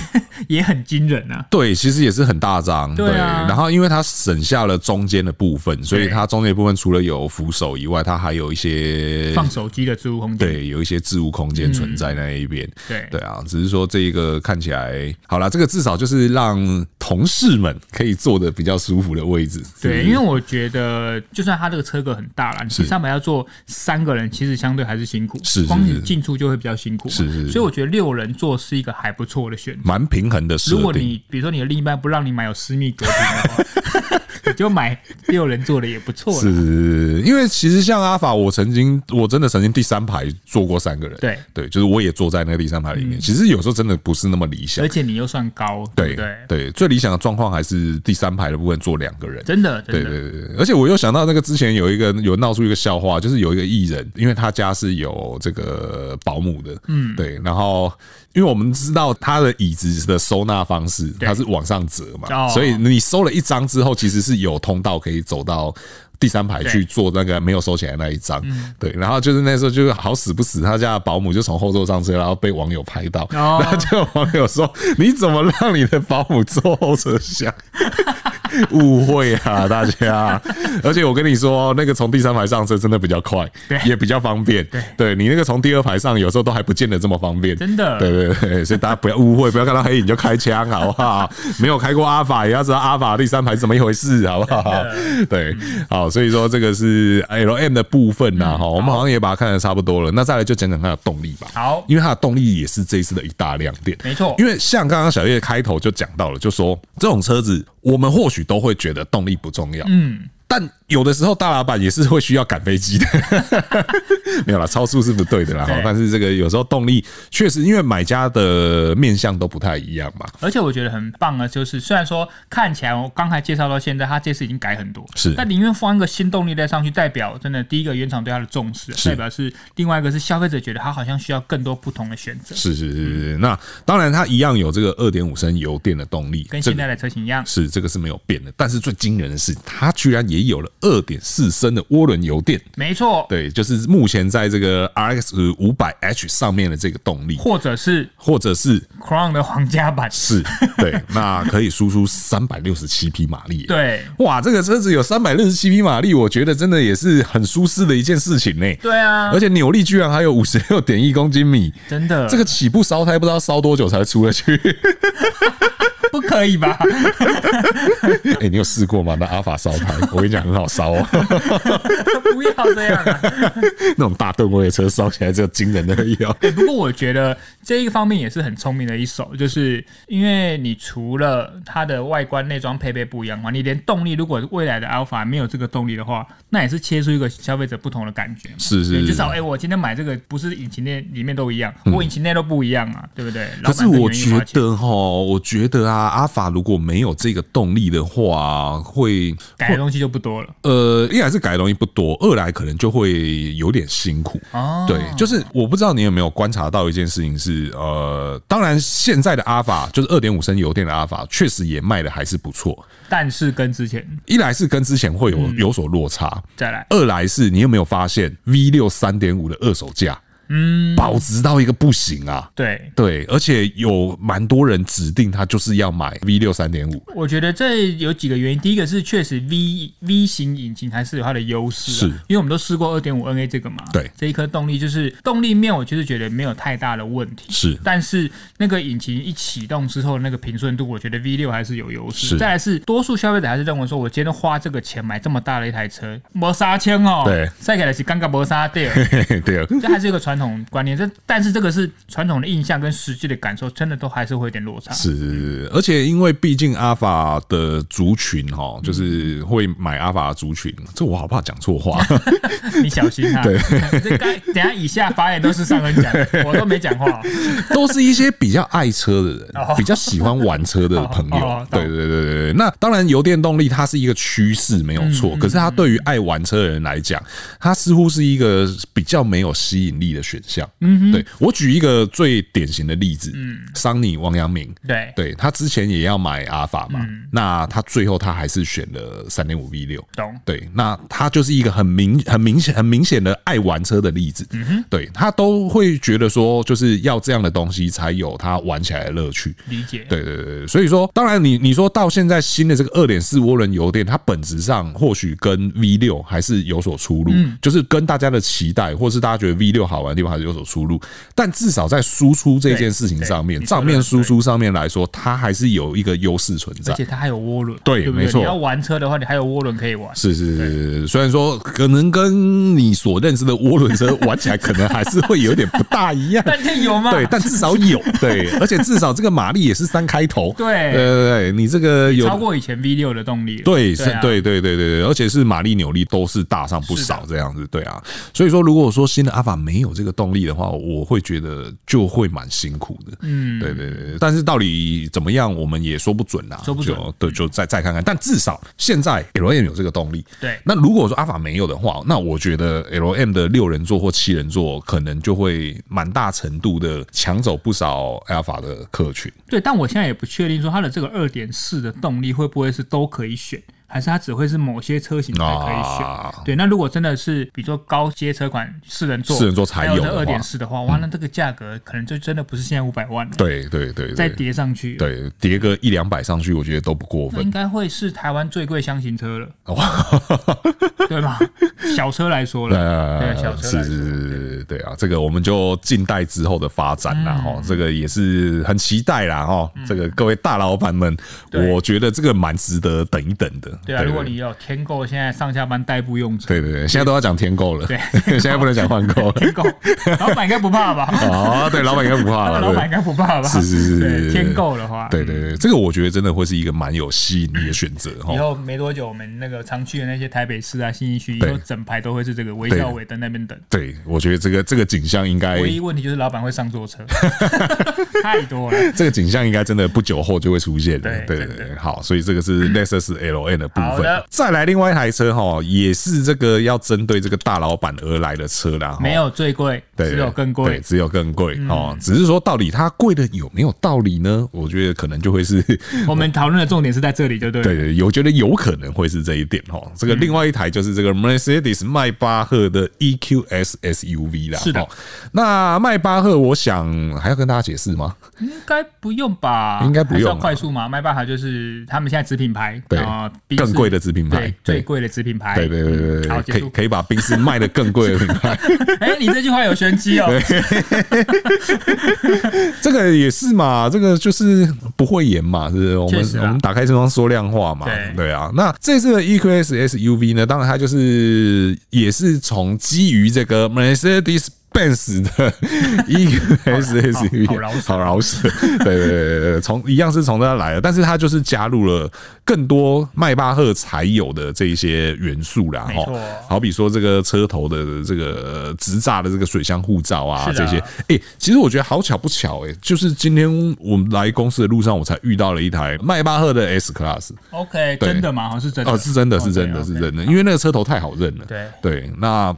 S2: 也很惊人啊。
S1: 对，其实也是很大张，
S2: 对啊
S1: 然后因为它省下了中间的部分，所以
S2: 对
S1: 它中间的部分除了有扶手以外，它还有一些
S2: 放手机的置物空间，
S1: 对，有一些置物空间存在那一边。
S2: 对
S1: 对啊，只是说这一个看起来好啦，这个至少就是让同事们可以坐的比较舒服的位置。
S2: 对，
S1: 是
S2: 因为我觉得，就算它这个车格很大啦，你上面要坐三个人，其实相对还是辛苦，
S1: 是是
S2: 光你
S1: 是
S2: 进出就会比较辛苦嘛。
S1: 是是是
S2: 所以我觉得六人座是一个还不错的选择。
S1: 蛮平衡的设
S2: 如果
S1: 定。
S2: 你比如说你的另一半不让你买有私密隔屏的话，你就买六人座的也不错了。
S1: 是，因为其实像阿法，我曾经我真的曾经第三排坐过三个人，
S2: 对嗯
S1: 对，就是我也坐在那个第三排里面。其实有时候真的不是那么理想
S2: 而，且你又算高，
S1: 对
S2: 对不对？
S1: 对，最理想的状况还是第三排的部分坐两个人。
S2: 真的，真
S1: 对
S2: 的，
S1: 对对，对而且我又想到那个之前有一个有闹出一个笑话，就是有一个艺人，因为他家是有这个保姆的，嗯，对，然后因为我们知道他的椅子的收纳方式，它是往上折嘛，
S2: 哦
S1: 所以你收了一张之后，其实是有通道可以走到。第三排去
S2: 对嗯
S1: 做那个没有收起来那一张，对，然后就是那时候就是好死不死，他家的保姆就从后座上车，然后被网友拍到，
S2: 哦
S1: 然后 就网友说：“你怎么让你的保姆坐后车厢？”误会啊，大家！而且我跟你说，那个从第三排上车真的比较快，
S2: 对
S1: 也比较方便。对，你那个从第二排上，有时候都还不见得这么方便。
S2: 真的
S1: 对对对，所以大家不要误会，不要看到黑影就开枪，好不好？没有开过阿法，也要知道阿法第三排是怎么一回事，好不好？ 对，好，所以说这个是 L M 的部分
S2: 嗯
S1: 呐，哈，我们好像也把它看得差不多了。那再来就讲讲它的动力吧。
S2: 好
S1: 因为它的动力也是这一次的一大亮点。
S2: 没错
S1: 因为像刚刚小叶开头就讲到了，就说这种车子我们或许都会觉得动力不重要，嗯。但有的时候，大老板也是会需要赶飞机的， 没有啦，超速是不对的啦。哈
S2: 对
S1: 但是这个有时候动力确实，因为买家的面向都不太一样嘛。
S2: 而且我觉得很棒的，就是虽然说看起来我刚才介绍到现在，它这次已经改很多，
S1: 是
S2: 但宁愿放一个新动力在上去，代表真的第一个原厂对它的重视，
S1: 是
S2: 代表是另外一个是消费者觉得它好像需要更多不同的选择，
S1: 是是是是是，那当然它一样有这个二点五升油电的动力，
S2: 跟
S1: 这
S2: 现
S1: 个
S2: 在的车型一样。
S1: 是这个是没有变的。但是最惊人的是，它居然也有了二点四升的涡轮油电。
S2: 没错，
S1: 对，就是目前在这个 RX 五百 H 上面的这个动力，
S2: 或者是
S1: 或者是
S2: Crown 的皇家版，
S1: 是对，那可以输出三百六十七匹马力。，
S2: 对。
S1: 哇，这个车子有三百六十七匹马力，我觉得真的也是很舒适的一件事情呢、
S2: 对啊
S1: 而，且扭力居然还有五十六点一公斤米，
S2: 真的，
S1: 这个起步烧胎不知道烧多久才出得去。
S2: 不可以吧？
S1: 哎、你有试过吗？那阿法烧胎，我跟你讲很好烧哦，
S2: 不要这样、啊。
S1: 那种大吨位的车烧起来只有惊人而已哦。
S2: 不过我觉得这一个方面也是很聪明的一手，就是因为你除了它的外观内装配备不一样嘛，你连动力如果未来的 Alpha 没有这个动力的话，那也是切出一个消费者不同的感觉嘛。
S1: 是是
S2: 对
S1: 是
S2: 至少哎、我今天买这个不是引擎内里面都一样，我引擎内都不一样啊，对不对？
S1: 可是我觉
S2: 老板更愿意花钱
S1: 得哈，我觉得啊，阿法如果没有这个动力的话，会
S2: 改的东西就不多了
S1: 呃，一来是改的东西不多，二来可能就会有点辛苦。
S2: 哦。
S1: 对，就是我不知道你有没有观察到一件事情是，呃，当然现在的阿法就是二点五升油电的阿法，确实也卖的还是不错。
S2: 但是跟之前
S1: 一来是跟之前会有
S2: 嗯
S1: 有所落差，
S2: 再来，
S1: 二来是你有没有发现 V 六三点五的二手价，嗯，保值到一个不行啊。
S2: 对，
S1: 对，而且有蛮多人指定他就是要买 V 六三点五，
S2: 我觉得这有几个原因，第一个是确实 V V 型引擎还是有它的优势、啊，
S1: 是
S2: 因为我们都试过二点五 NA 这个嘛，
S1: 对
S2: 这一颗动力就是动力面，我就是觉得没有太大的问题，
S1: 是
S2: 但是那个引擎一启动之后，那个平顺度，我觉得 V 六还是有优
S1: 是
S2: 势。再来是多数消费者还是认为说，我今天花这个钱买这么大的一台车，磨砂枪哦，
S1: 对
S2: 再给的是尴尬磨砂对。
S1: 嘿嘿 对啊，
S2: 这还是一个传统观念，这但是这个是传统的印象跟实际的感受，真的都还是会有点落差。
S1: 是，而且因为毕竟阿法的族群哈，就是会买阿法的族群，这我好怕讲错话。
S2: 你小心啊！
S1: 对，
S2: 这该等一下以下发言都是上恩 讲的，我都没讲话哦。
S1: 都是一些比较爱车的人，比较喜欢玩车的朋友
S2: 哦。
S1: 对对对对对。那当然，油电动力它是一个趋势，没有
S2: 嗯
S1: 错。可是它对于爱玩车的人来讲，它似乎是一个比较没有吸引力的选项。嗯，对我举一个最典型的例子，
S2: 嗯
S1: 桑尼王阳明。
S2: 对，
S1: 对他之前也要买阿尔法嘛，
S2: 嗯
S1: 那他最后他还是选了三点五 V 六，
S2: 懂。
S1: 对，那他就是一个很明、很明显、很明显的爱玩车的例子。
S2: 嗯
S1: 对他都会觉得说，就是要这样的东西才有他玩起来的乐趣。
S2: 理解。
S1: 对对对对，所以说，当然你你说到现在新的这个二点四涡轮油电，它本质上
S2: 嗯
S1: 或许跟 V 六还是有所出入，就是跟大家的期待，或是大家觉得 V 六好玩，的地方还是有所出入。但至少在输出这件事情上面，
S2: 对对
S1: 账面输出上面来说，它还是有一个优势存
S2: 而
S1: 在。
S2: 且它还有涡轮，
S1: 对
S2: 不对
S1: 没错
S2: 你要玩车的话，你还有涡轮可以玩。
S1: 是是是是，是虽然说可能跟你所认识的涡轮车玩起来，可能还是会有点不大一 样。
S2: 但这有吗？
S1: 对，但至少有对，而且至少这个马力也是三开头。
S2: 对啊
S1: 对对对，你这个有
S2: 超过以前 V 六的动力了。
S1: 对，是
S2: 啊，
S1: 对对对对对，而且是马力扭力都是大上不少这样子，对啊。所以说，如果说新的阿法没有这个动力的话，我会觉得就会蛮辛苦的。
S2: 嗯，
S1: 对对对，对但是到底怎么样，我们也说不准啦，啊
S2: 说不准
S1: 就对，就再再看看。但至少现在 L M 有这个动力。
S2: 对
S1: 那如果说阿法没有的话，那我觉得 L M 的六人座或七人座可能就会蛮大程度的抢走不少阿法的客群。
S2: 对，但我现在也不确定说它的这个二点四的动力会不会是都可以选，还是它只会是某些车型才可以选。
S1: 啊
S2: 对，那如果真的是比如说高阶车款四人座，
S1: 四人座才有的话
S2: 二点四的话，哇，那这个价格可能就真的不是现在五百万了，
S1: 对对对对，
S2: 再叠上去，，
S1: 对，叠个一两百上去，我觉得都不过
S2: 那
S1: 分
S2: 应。该会是台湾最贵箱型车了，对吧？小车来说了，
S1: 呃
S2: 对小车
S1: 是
S2: 来
S1: 是是是，是对啊，这个我们就静待之后的发展啦，哈、这个也是很期待啦，哈、这个各位大老板们，
S2: 对
S1: 我觉得这个蛮值得等一等的。
S2: 对啊，如果你有天购，现在上下班代步用 车，
S1: 对对对，现在都要讲天购了，
S2: 对，
S1: 现在不能讲换购了。
S2: 天购，老板应该不 怕吧？
S1: 哦，对，老板应该不怕了，
S2: 老板
S1: 对
S2: 应该不怕吧？
S1: 是是是
S2: 对
S1: 是是
S2: 天购的话，
S1: 对对对，这个我觉得真的会是一个蛮有吸引力的选择哈
S2: 以。后没多久，我们那个常去的那些台北市啊、新一区，以
S1: 对
S2: 后整排都会是这个微笑尾灯那边等。
S1: 对，我觉得这个这个景象应该，
S2: 唯一问题就是老板会上 坐车，太多了。
S1: 这个景象应该真的不久后就会出现了。
S2: 对
S1: 对对
S2: 真的
S1: 对，好，所以这个 是 Lexus LN 的部
S2: 好
S1: 分
S2: 的。
S1: 再来另外一台车哈，也是这个要针对这个大老板而来的车啦。齁
S2: 没。有最贵，
S1: 对，
S2: 只有更
S1: 对
S2: 贵。嗯
S1: 只有更贵哦。只是说到底它贵的有没有道理呢？我觉得可能就会是，
S2: 我们讨论的重点是在这里，对不对？
S1: 对对，有觉得有可能会是这一点哦。这个另外一台就是这
S2: 嗯
S1: 个 Mercedes 迈巴赫的 E EQS SUV 啦。
S2: 是的
S1: 齁，那迈巴赫，我想还要跟大家解释吗？
S2: 应该不用吧？
S1: 应该不用啊
S2: 还是要快速嘛。麦巴哈就是他们现在子品牌，
S1: 对
S2: 啊，宾士
S1: 更贵的子品牌
S2: 对，
S1: 对
S2: 最贵的子品牌。
S1: 对对对对对对，可
S2: 好，结
S1: 以
S2: 束。
S1: 可以把冰丝卖的更贵的品牌，
S2: 哎，你这句话有玄机哦。
S1: 这个也是嘛，这个就是不会演嘛，是不是我们
S2: 确实啊
S1: 我们打开车窗说亮话嘛，
S2: 对
S1: 对啊。那这次的 EQS SUV 呢，当然它就是也是从基于这个 Mercedes。Benz 的 EQS
S2: 好
S1: SUV
S2: 饶舌
S1: 好饶舌，对对对对对，从一样是从那来的，但是它就是加入了更多迈巴赫才有的这一些元素啦，
S2: 没
S1: 齁
S2: 错
S1: 好比说这个车头的这个呃直栅的这个水箱护罩啊，
S2: 是
S1: 这
S2: 啊
S1: 些。哎、其实我觉得好巧不巧、哎，就是今天我们来公司的路上，我才遇到了一台迈巴赫的 S Class。
S2: OK，
S1: 对
S2: 真的吗？好像是真的，
S1: 哦，是真的，是真的，
S2: OK，OK
S1: 是真的，因为那个车头太好认了。
S2: 对
S1: 对，那。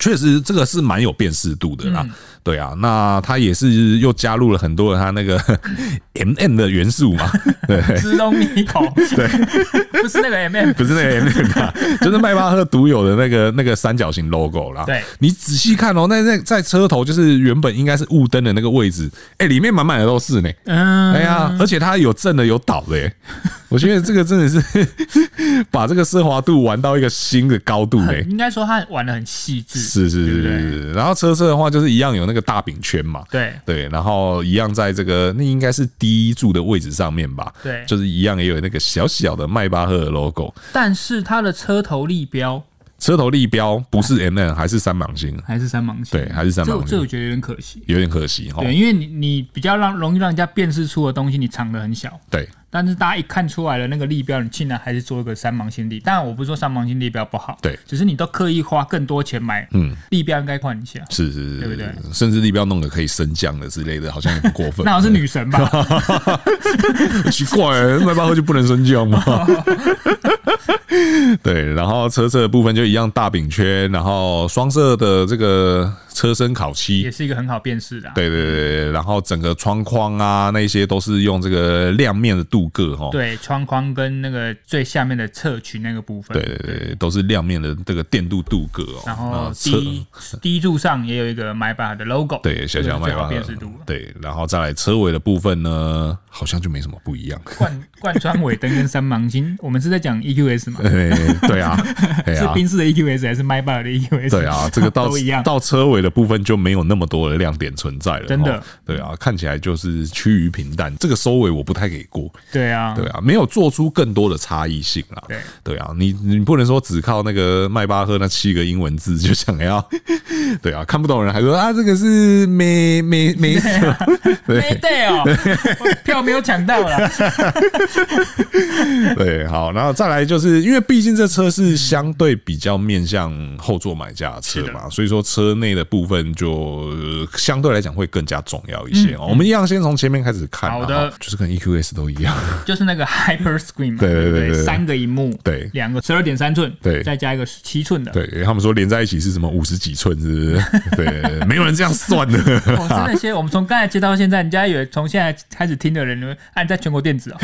S1: 确实，这个是蛮有辨识度的
S2: 嗯
S1: 啦。对啊，那它也是又加入了很多的它那个 M M 的元素嘛。对，
S2: 支东米口， 对， 不是那个 M M，
S1: 不是那个 M M 啊，就是迈巴赫独有的那个那个三角形 logo 啦。
S2: 对
S1: 你仔细看哦，那那在车头就是原本应该是雾灯的那个位置，哎、里面满满的都是呢。
S2: 嗯，
S1: 哎呀，而且它有正的有倒的、哎，我觉得这个真的是 把这个奢华度玩到一个新的高度呢、
S2: 应该说他玩的很细致，
S1: 是是是是是，然后车身的话就是一样有那个大饼圈嘛，
S2: 对
S1: 对，然后一样在这个那应该是第一柱的位置上面吧，
S2: 对
S1: 就是一样也有那个小小的迈巴赫的 logo，
S2: 但是它的车头立标
S1: 车头立标不是 M N 还是三芒星，
S2: 还是三芒星，
S1: 对，还是三
S2: 这
S1: 芒
S2: 我这我
S1: 星，哦
S2: 觉得有点可惜，
S1: 有点可惜哈，
S2: 对，因为你你比较让容易让人家辨识出的东西，你藏的很小。
S1: 对
S2: 但是大家一看出来了那个立标，你竟然还是做一个三芒星立，当然我不是说三芒星立标不好，
S1: 对
S2: 只是你都刻意花更多钱买，嗯，立标应该换一下，
S1: 是是
S2: 对不
S1: 是
S2: 对，
S1: 甚至立标弄个可以升降的之类的，好像也不过分，
S2: 那好像是女神吧，
S1: 奇 怪、欸，迈巴赫就不能升降吗？ 对，然后车侧的部分就一样大饼圈，然后双色的这个车身烤漆
S2: 也，是一个很好辨识的、啊，
S1: 对对对对，然后整个窗框啊那些都是用这个亮面的镀铬哦哈，
S2: 对，窗框跟那个最下面的侧裙那个部分，
S1: 对对对，都是亮面的这个电镀镀铬哦，
S2: 然后
S1: 那车
S2: 低低柱上也有一个 m 巴的 logo，
S1: 对小小
S2: 这
S1: 迈
S2: 个是最
S1: 巴
S2: 好
S1: 赫
S2: 辨识度了，。
S1: 对，然后再来车尾的部分呢，好像就没什么不一样。
S2: 贯贯穿尾灯跟三芒星，我们是在讲 EQS EQS 嘛？
S1: 哎， 对啊，对
S2: 是
S1: 啊。
S2: 宾士的 EQS 还是 Maybach 的 EQS？
S1: 对啊，这个到
S2: 都一样。
S1: 到车尾的部分就没有那么多的亮点存在了，
S2: 真的
S1: 哦。对啊，看起来就是趋于平淡。这个收尾我不太给过，
S2: 对啊，
S1: 对啊，没有做出更多的差异性啦。
S2: 对
S1: 对啊，你你不能说只靠那个迈巴赫那七个英文字就想要， 对啊，看不懂人还说啊这个是美美美什么，
S2: 哎，对哦，我票没有抢到啦。
S1: 对，好，然后再来就是因为毕竟这车是相对比较面向后座买家的车嘛，所以说车内的部分就呃相对来讲会更加重要一些。哦我们一样先从前面开始看啊，
S2: 嗯好的
S1: 哈就是跟 EQS 都一样，
S2: 就是那个 Hyper Screen 嘛，
S1: 对对对
S2: 对
S1: 对对
S2: 三个荧幕，
S1: 对
S2: 两个十二点三寸，
S1: 对
S2: 再加一个十七寸的，
S1: 对他们说连在一起是什么五十几寸，是不是？ 对，没有人这样算的。
S2: 哦，真的 些，我们从刚才接到现在，人家以为从现在开始听的人，你们按在全国电子 哦，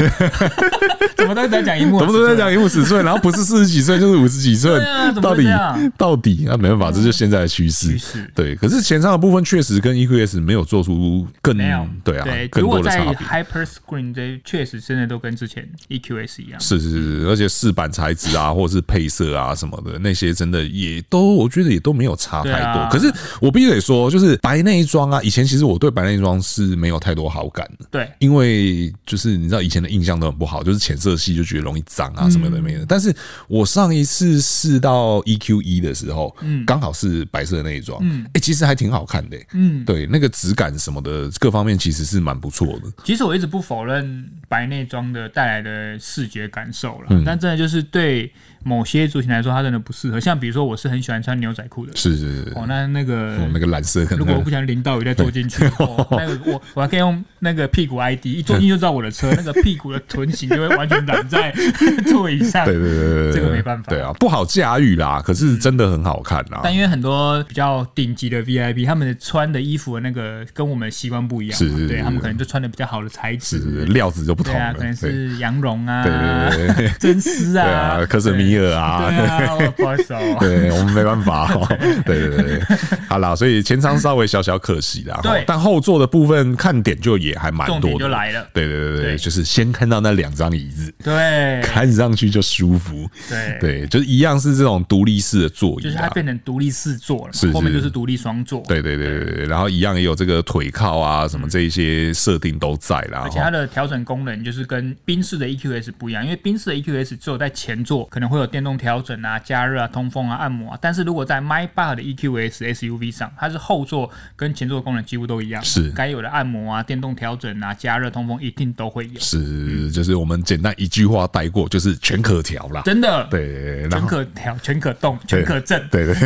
S2: 怎么都在讲荧幕，啊
S1: 怎么都在讲，荧幕尺寸，然后不是四十几寸就是五十几寸
S2: 对啊，怎么
S1: 到
S2: 会
S1: 底
S2: 这样嗯
S1: 到底那没办法，这就是现在的趋势
S2: 趋势。
S1: 对，可是前上的部分确实跟 EQS 没有做出更
S2: 没有
S1: 对啊更
S2: 如
S1: 多
S2: 果
S1: 的
S2: 在
S1: 差别。
S2: Hyper Screen 这确实真的都跟之前 EQS 一样，
S1: 是是是，而且饰板材质 啊，或者是配色啊什么的，那些真的也都，我觉得也都没有差太多。
S2: 对啊
S1: 可是我必须得说，就是白内装啊，以前其实我对白内装是没有太多好感的。
S2: 对，
S1: 因为就是你知道以前的印象都很不好，就是浅色系就觉得容易脏
S2: 嗯
S1: 啊什么的没的。但是我上一次试到 EQ 一的时候，嗯，刚好是白色的那一装，嗯，哎，其实还挺好看的、嗯，对，那个质感什么的各方面其实是蛮不错的，
S2: 其实我一直不否认白内装的带来的视觉感受了，
S1: 嗯
S2: 但真的就是对某些族群来说，它真的不适合。像比如说，我是很喜欢穿牛仔裤的人，
S1: 是是是，
S2: 哦，那那个、
S1: 哦那个蓝色可
S2: 如果我
S1: 能
S2: 不想淋到雨再坐进去，哦、那个我我还可以用那个屁股 ID，一坐进去就知道我的 车，那个屁股的臀型就会完全染在座椅上。
S1: 对对对对对，
S2: 这个没办法
S1: 对啊，不好驾驭啦，可是真的很好看啊啦，
S2: 但因为很多比较顶级的 VIP，他们穿的衣服的那个跟我们习惯不一样嘛，
S1: 是是
S2: 对
S1: 是
S2: 他们可能就穿的比较好的材
S1: 是是是
S2: 质，
S1: 料子就不同
S2: 对啊，
S1: 了，
S2: 可能
S1: 对
S2: 是羊绒
S1: 对
S2: 啊、
S1: 对对对
S2: 真丝
S1: 对啊，科什米尔啊，
S2: 对啊，我不好意思哦。
S1: 对我们没办法、 哦，对对对，对好啦，所以前舱稍微小小可惜啦，
S2: 对
S1: 但后座的部分看点就也还蛮
S2: 重
S1: 多
S2: 点
S1: 的，
S2: 就来了，
S1: 对对对对，
S2: 对
S1: 就是先看到那两张椅子，
S2: 对
S1: 看上去就舒服，
S2: 对，
S1: 对，就是一样是这种独立式的座
S2: 就
S1: 椅
S2: 是它
S1: 啊。
S2: 变成独立四座了嘛，
S1: 是
S2: 后面
S1: 是
S2: 就是独立双座，
S1: 对对对对对，然后一样也有这个腿靠啊什么这一些设定都在啦
S2: 嗯而且它
S1: 哈，
S2: 的调整功能就是跟宾士的 EQS 不一样，因为宾士的 EQS 只有在前座可能会有电动调整啊、加热啊、通风啊、按摩啊，但是如果在 Maybach 的 E EQS SUV 上，它是后座跟前座功能几乎都一样，
S1: 是
S2: 该有的按摩啊、电动调整啊、加热、通风一定都会有，
S1: 是就是我们简单一句话带过，就是全可调啦。
S2: 真的，，
S1: 对对对，然
S2: 全
S1: 后
S2: 可调、全可动、全可震，
S1: 对对。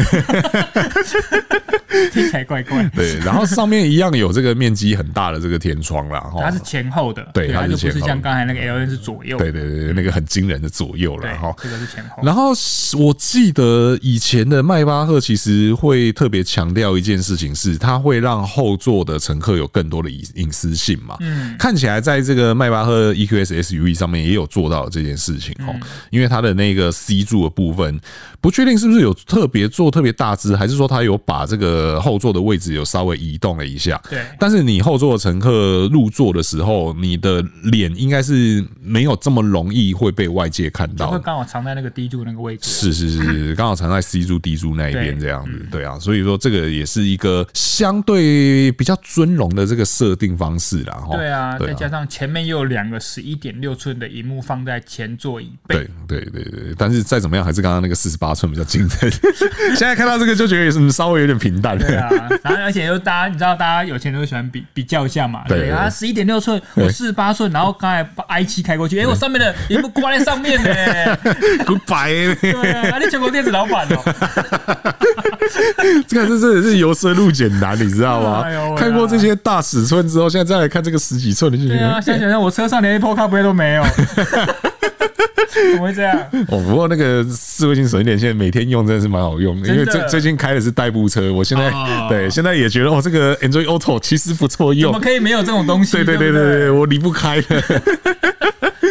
S2: 听起来怪怪。
S1: 对，然后上面一样有这个面积很大的这个天窗啦，哈，
S2: 它是前后的，
S1: 哦对它
S2: 它
S1: 是
S2: 就不
S1: 前
S2: 是
S1: 后
S2: 像
S1: 的
S2: 刚才那个 L N 是左右，
S1: 对对对，对那个很惊人的左右了
S2: 对
S1: 哈。
S2: 这个是前后。
S1: 然后我记得以前的迈巴赫其实会特别强调一件事情，是它会让后座的乘客有更多的隐隐私性嘛。嗯，看起来在这个迈巴赫 E EQS SUV 上面也有做到这件事情哦，因为它的那个 C 柱的部分，不确定是不是有特别做特别大只，还是说它有把这个后座的位置有稍微移动了一下。
S2: 对
S1: 但是你后座的乘客入座的时候，你的脸应该是没有这么容易会被外界看
S2: 就
S1: 到
S2: 会
S1: 的。
S2: 刚好藏在那个低柱那个位置，
S1: 是是 是，刚好藏在 C 柱、D 柱那一边
S2: 对嗯
S1: 这样子，对啊，所以说这个也是一个相对比较尊荣的这个设定方式啦，哈。
S2: 对啊，
S1: 哦对
S2: 再加上前面又有两个十一点六寸的荧幕放在前座椅背，
S1: 对对对对，但是再怎么样，还是刚刚那个四十八寸比较精神。 现在看到这个就觉得有什么稍微有点平淡。
S2: 对啊，然后而且又大家你知道，大家有钱人都喜欢比比较一下嘛，
S1: 对
S2: 对啊，十一点六寸，我四十八寸，然后刚才把 i 七开过去，哎，我上面的荧幕挂在上 面呢，
S1: Goodbye，
S2: 对啊，你全国电子老板哦，
S1: 这个是真的是由奢入俭难，你知道吗
S2: 哎呦喂？啊
S1: 看过这些大尺寸之后，现在再来看这个十几寸的，就觉
S2: 对啊，
S1: 得
S2: 想想想，我车上连 Apple CarPlay 都没有，怎么会这样？
S1: 哦，不过那个智慧型手机连线每天用真的是蛮好用的，因为
S2: 真的
S1: 最最近开的是代步车，我现在
S2: 哦
S1: 对现在也觉得哦，这个 Android Auto 其实不错
S2: 怎
S1: 用
S2: 么，可以没有这种东西？
S1: 对对对
S2: 对不
S1: 对，对，我离不开了。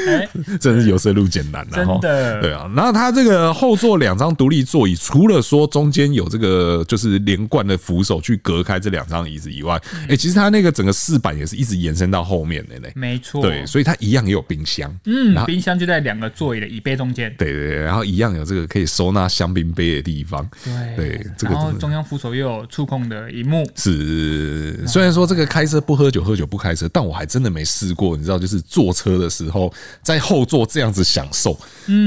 S2: 哎，
S1: 真的是有色路简难了
S2: 真
S1: 哈。
S2: 的
S1: 对啊，那它这个后座两张独立座椅，除了说中间有这个就是连贯的扶手去隔开这两张椅子以外，
S2: 嗯
S1: 哎、其实它那个整个饰板也是一直延伸到后面的呢。
S2: 没错，
S1: 对，所以它一样也有冰箱，
S2: 嗯，冰箱就在两个座椅的椅背中间，
S1: 对对对，然后一样有这个可以收纳香槟杯的地方，对，这个
S2: 然后
S1: 真的
S2: 中央扶手又有触控的荧幕，
S1: 是虽然说这个开车不喝酒，喝酒不开车，但我还真的没试过，你知道，就是坐车的时候在后座这样子享受，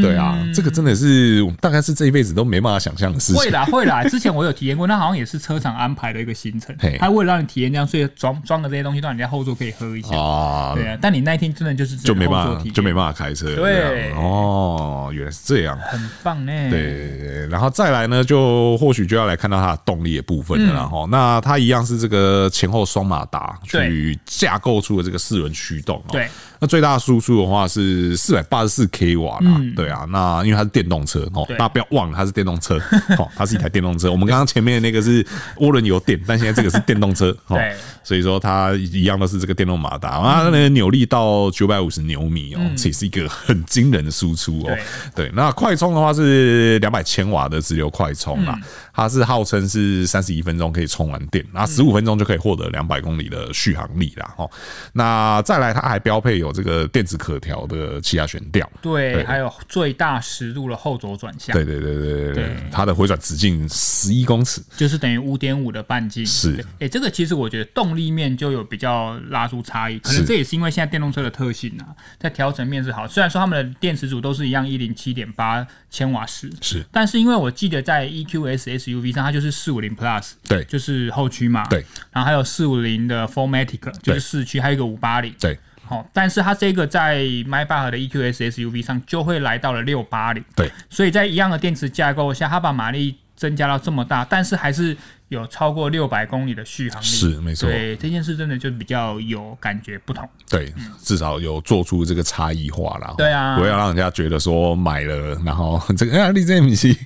S1: 对啊，
S2: 嗯
S1: 这个真的是我大概是这一辈子都没办法想象的事
S2: 会
S1: 情。
S2: 啦会啦， 之前我有体验过，那好像也是车厂安排的一个行程
S1: 嘿，
S2: 他为了让你体验这样，所以装装的这些东西让你在后座可以喝一下。
S1: 啊，
S2: 对啊，但你那一天真的就是只
S1: 就
S2: 能
S1: 没
S2: 后
S1: 办
S2: 座
S1: 法
S2: 体验
S1: 就没办法开车了，
S2: 对
S1: 这样哦，原来是这样。
S2: 很棒呢。
S1: 对，然后再来呢，就或许就要来看到它的动力的部分
S2: 嗯
S1: 了啦。然后、那它一样是这个前后双马达去架构出的这个四轮驱动、哦。
S2: 对，
S1: 那最大的输出的话是四百八十四 k 瓦啦。对啊，那因为它是电动车哦
S2: 嗯对，
S1: 大家不要忘了它是电动车 哦，它是一台电动车。我们刚刚前面那个是涡轮油电，但现在这个是电动 车哦
S2: 对，
S1: 所以说它一样都是这个电动马达啊，那个扭力到九百五十牛米哦，这也是一个很惊人的输出哦。对，那快充的话是两百千瓦的直流快充啦，它是号称是三十一分钟可以充完电，那十五分钟就可以获得两百公里的续航力啦。哦，那再来它还标配有这个电子可调的气压悬吊。
S2: 对，还有最大十度的后轴转向，
S1: 对对对对对对
S2: 对，
S1: 它的回转直径十一公尺，
S2: 就是等于五点五的半径。
S1: 是
S2: 对，哎，这个其实我觉得动力面就有比较拉出差异，可
S1: 是
S2: 能这也是因为现在电动车的特性啊，在调整面是好。虽然说他们的电池组都是一样一零七点八千瓦时，
S1: 是
S2: 但是因为我记得在 E EQS SUV 上，它就是四五零 Plus，
S1: 对
S2: 就是后驱嘛，
S1: 对，
S2: 然后还有四五零的 f o r m a t i c 就是四驱，还有一个五八零，
S1: 对
S2: 好、但是它这个在 Maybach 的 E EQS SUV 上就会来到了六八零，
S1: 对，
S2: 所以在一样的电池架构下，它把马力增加到这么大，但是还是有超过六百公里的续航力，
S1: 是没错。
S2: 对这件事真的就比较有感觉不 同，
S1: 对，至少有做出这个差异化啦。
S2: 对啊
S1: 不要让人家觉得说买了，然后这个啊，你这米奇，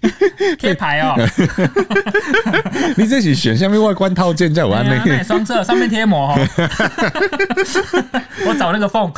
S2: 贴牌哦，
S1: 你这是选下面外观套件，在 我
S2: 哎
S1: 安
S2: 呀那
S1: 内
S2: 也。双色上面贴膜 哦， 我找那个缝，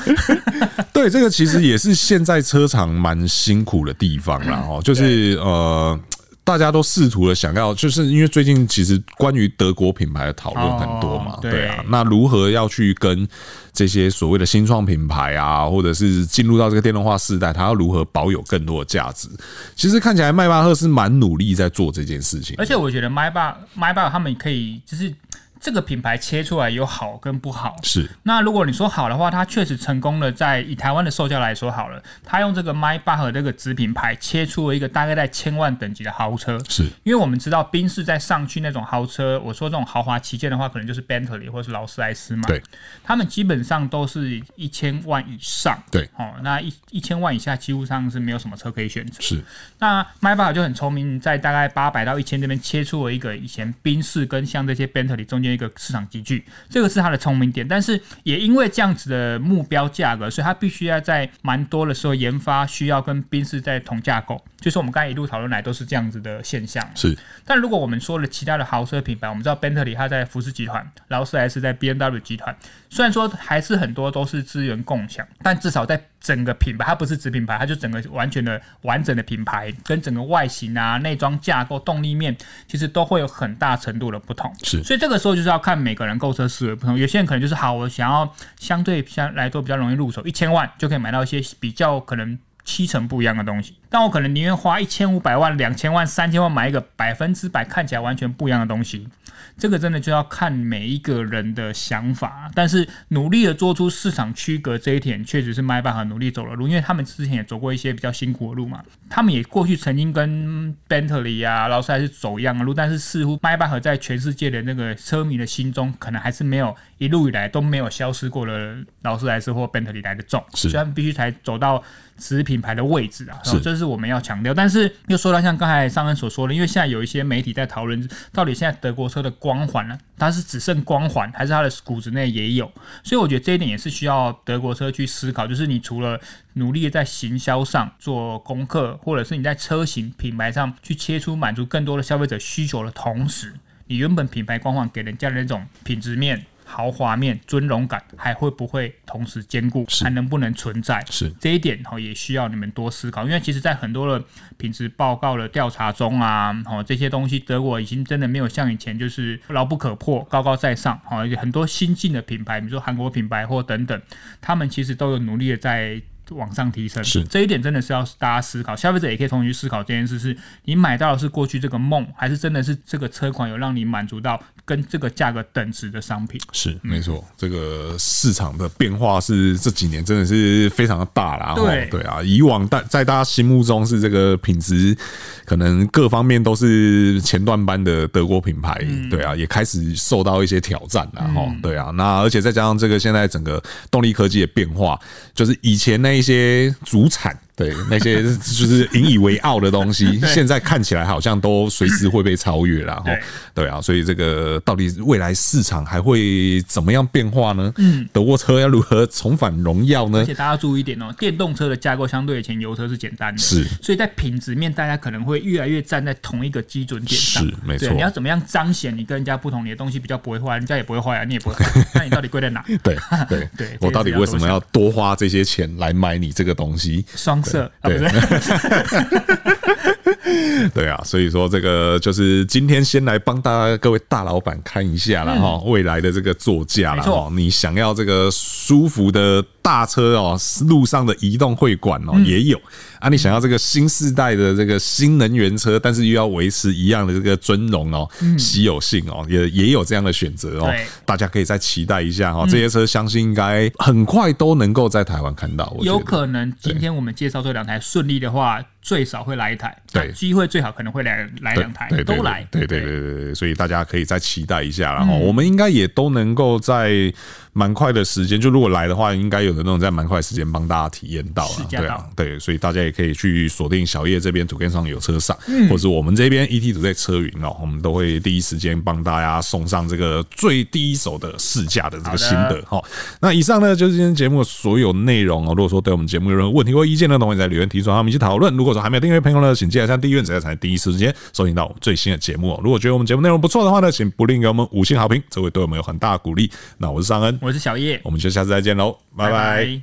S1: 对，这个其实也是现在车厂蛮辛苦的地方 啦，哦，就是呃。大家都试图了想要，就是因为最近其实关于德国品牌的讨论很多嘛
S2: 哦，对
S1: 对啊，那如何要去跟这些所谓的新创品牌啊，或者是进入到这个电动化时代，它要如何保有更多的价值？其实看起来迈巴赫是蛮努力在做这件事情的，
S2: 而且我觉得 My Bar My Bar 他们可以就是这个品牌切出来有好跟不好。
S1: 是
S2: 那如果你说好的话，它确实成功了，在以台湾的售价来说好了，它用这个 My Bar 和这个子品牌切出了一个大概在千万等级的豪车。
S1: 是
S2: 因为我们知道宾士在上去那种豪车，我说这种豪华旗舰的话，可能就是 Bentley 或是劳斯莱斯嘛。
S1: 对，
S2: 他们基本上都是一千万以上。
S1: 对
S2: 哦，那一一千万以下，几乎上是没有什么车可以选择。
S1: 是
S2: 那迈巴赫就很聪明，在大概八百到一千这边切出了一个以前宾士跟像这些 Bentley 中间一个市场集聚，这个是它的聪明点。但是也因为这样子的目标价格，所以它必须要在蛮多的时候研发需要跟宾士在同架构，就是我们刚才一路讨论来都是这样子的现象。
S1: 是
S2: 但如果我们说了其他的豪车品牌，我们知道奔特利它在福斯集团，劳斯莱斯在 B N W 集团，虽然说还是很多都是资源共享，但至少在整个品牌，它不是子品牌，它就整个完全的完整的品牌跟整个外形啊、内装架构、动力面，其实都会有很大程度的不同。
S1: 是
S2: 所以这个时候就是要看每个人购车思维不同，有些人可能就是好，我想要相对相来说比较容易入手，一千万就可以买到一些比较可能。七成不一样的东西，但我可能宁愿花一千五百万、两千万、三千万买一个百分之百看起来完全不一样的东西，这个真的就要看每一个人的想法。但是努力的做出市场区隔这一点，确实是麦巴很努力走的路，因为他们之前也走过一些比较辛苦的路嘛。他们也过去曾经跟 Bentley 啊、劳斯莱斯走一样的路，但是似乎迈巴赫在全世界的那个车迷的心中，可能还是没有一路以来都没有消失过的劳斯莱斯或 Bentley 来的重，
S1: 是
S2: 所以他们必须才走到子品牌的位置啊，
S1: 是
S2: 这是我们要强调。但是又说到像刚才上恩所说的，因为现在有一些媒体在讨论，到底现在德国车的光环呢、它是只剩光环，还是它的骨子内也有？所以我觉得这一点也是需要德国车去思考，就是你除了努力地在行销上做功课，或者是你在车型品牌上去切出满足更多的消费者需求的同时，你原本品牌光环给人家的那种品质面。豪华面、尊荣感还会不会同时兼顾，
S1: 是
S2: 还能不能存在？
S1: 是
S2: 这一点哈，哦也需要你们多思考，因为其实，在很多的品质报告的调查中啊，哦，这些东西德国已经真的没有像以前就是牢不可破、高高在上，哦，很多新进的品牌，比如说韩国品牌或等等，他们其实都有努力的在。往上提升，
S1: 是
S2: 这一点真的是要大家思考，消费者也可以同时思考这件事：是你买到的是过去这个梦，还是真的是这个车款有让你满足到跟这个价格等值的商品？
S1: 是没错，这个市场的变化是这几年真的是非常的大啦。吼
S2: 对
S1: 对啊，以往大在大家心目中是这个品质，可能各方面都是前段班的德国品牌，
S2: 嗯
S1: 对啊，也开始受到一些挑战啦。哈、对啊，那而且再加上这个现在整个动力科技的变化，就是以前那一些主产。对，那 些就是引以为傲的东西，现在看起来好像都随时会被超越啦。哈
S2: 对，
S1: 对啊，所以这个到底未来市场还会怎么样变化呢？嗯，德国车要如何重返荣耀呢
S2: 而？且大家注意一点哦，电动车的架构相对以前油车是简单的，
S1: 是
S2: 所以在品质面，大家可能会越来越站在同一个基准点上，
S1: 是没错
S2: 对你要怎么样彰显你跟人家不同，你的东西比较不会坏，人家也不会坏 啊，你也不会坏，那你到底贵在哪？
S1: 对对
S2: 对这
S1: 我
S2: 个
S1: 到底
S2: 是要
S1: 为什
S2: 多
S1: 么要多花这些钱来买你这个东西？
S2: 双色啊，不
S1: 对
S2: 是，
S1: 对 啊，所以说这个就是今天先来帮大家各位大老板看一下啦。哈、未来的这个座驾啦
S2: 嗯没错
S1: 哈，你想要这个舒服的大车哦，路上的移动会馆
S2: 嗯
S1: 哦、也有啊，你想要这个新世代的这个新能源车，但是又要维持一样的这个尊荣哦、稀有性哦，也也有这样的选择哦
S2: 嗯对，嗯
S1: 大家可以再期待一下哈、哦这些车相信应该很快都能够在台湾看到，我觉得
S2: 有可能今天我们介绍这两台顺利的话，最少会来一台，
S1: 对
S2: 那机会最好可能会来来两台
S1: 对对，对
S2: 都来，嗯
S1: 对对对对对，所以大家可以再期待一下啦，然后、我们应该也都能够在蛮快的时间，就如果来的话，应该有的那种在蛮快的时间帮大家体验到
S2: 试
S1: 了，
S2: 驾
S1: 对
S2: 到
S1: 啊，对，所以大家也可以去锁定小叶这边土根上有车上，
S2: 嗯
S1: 或者我们这边 ET 组在车云哦，我们都会第一时间帮大家送上这个最第一手的试驾的这个心
S2: 好
S1: 得
S2: 的
S1: 好，那以上呢就是今天节目的所有内容哦。如果说对我们节目有任何问题或意见呢，都欢迎在留言提出，让我们一起讨论。如果说还没有订阅的朋友呢，请记得向订阅者才能第一时间收听到我们最新的节目哦。如果觉得我们节目内容不错的话呢，请不吝给我们五星好评，这会对我们有很大的鼓励。那我是尚恩，
S2: 我是小叶，
S1: 我们就下次再见喽，拜拜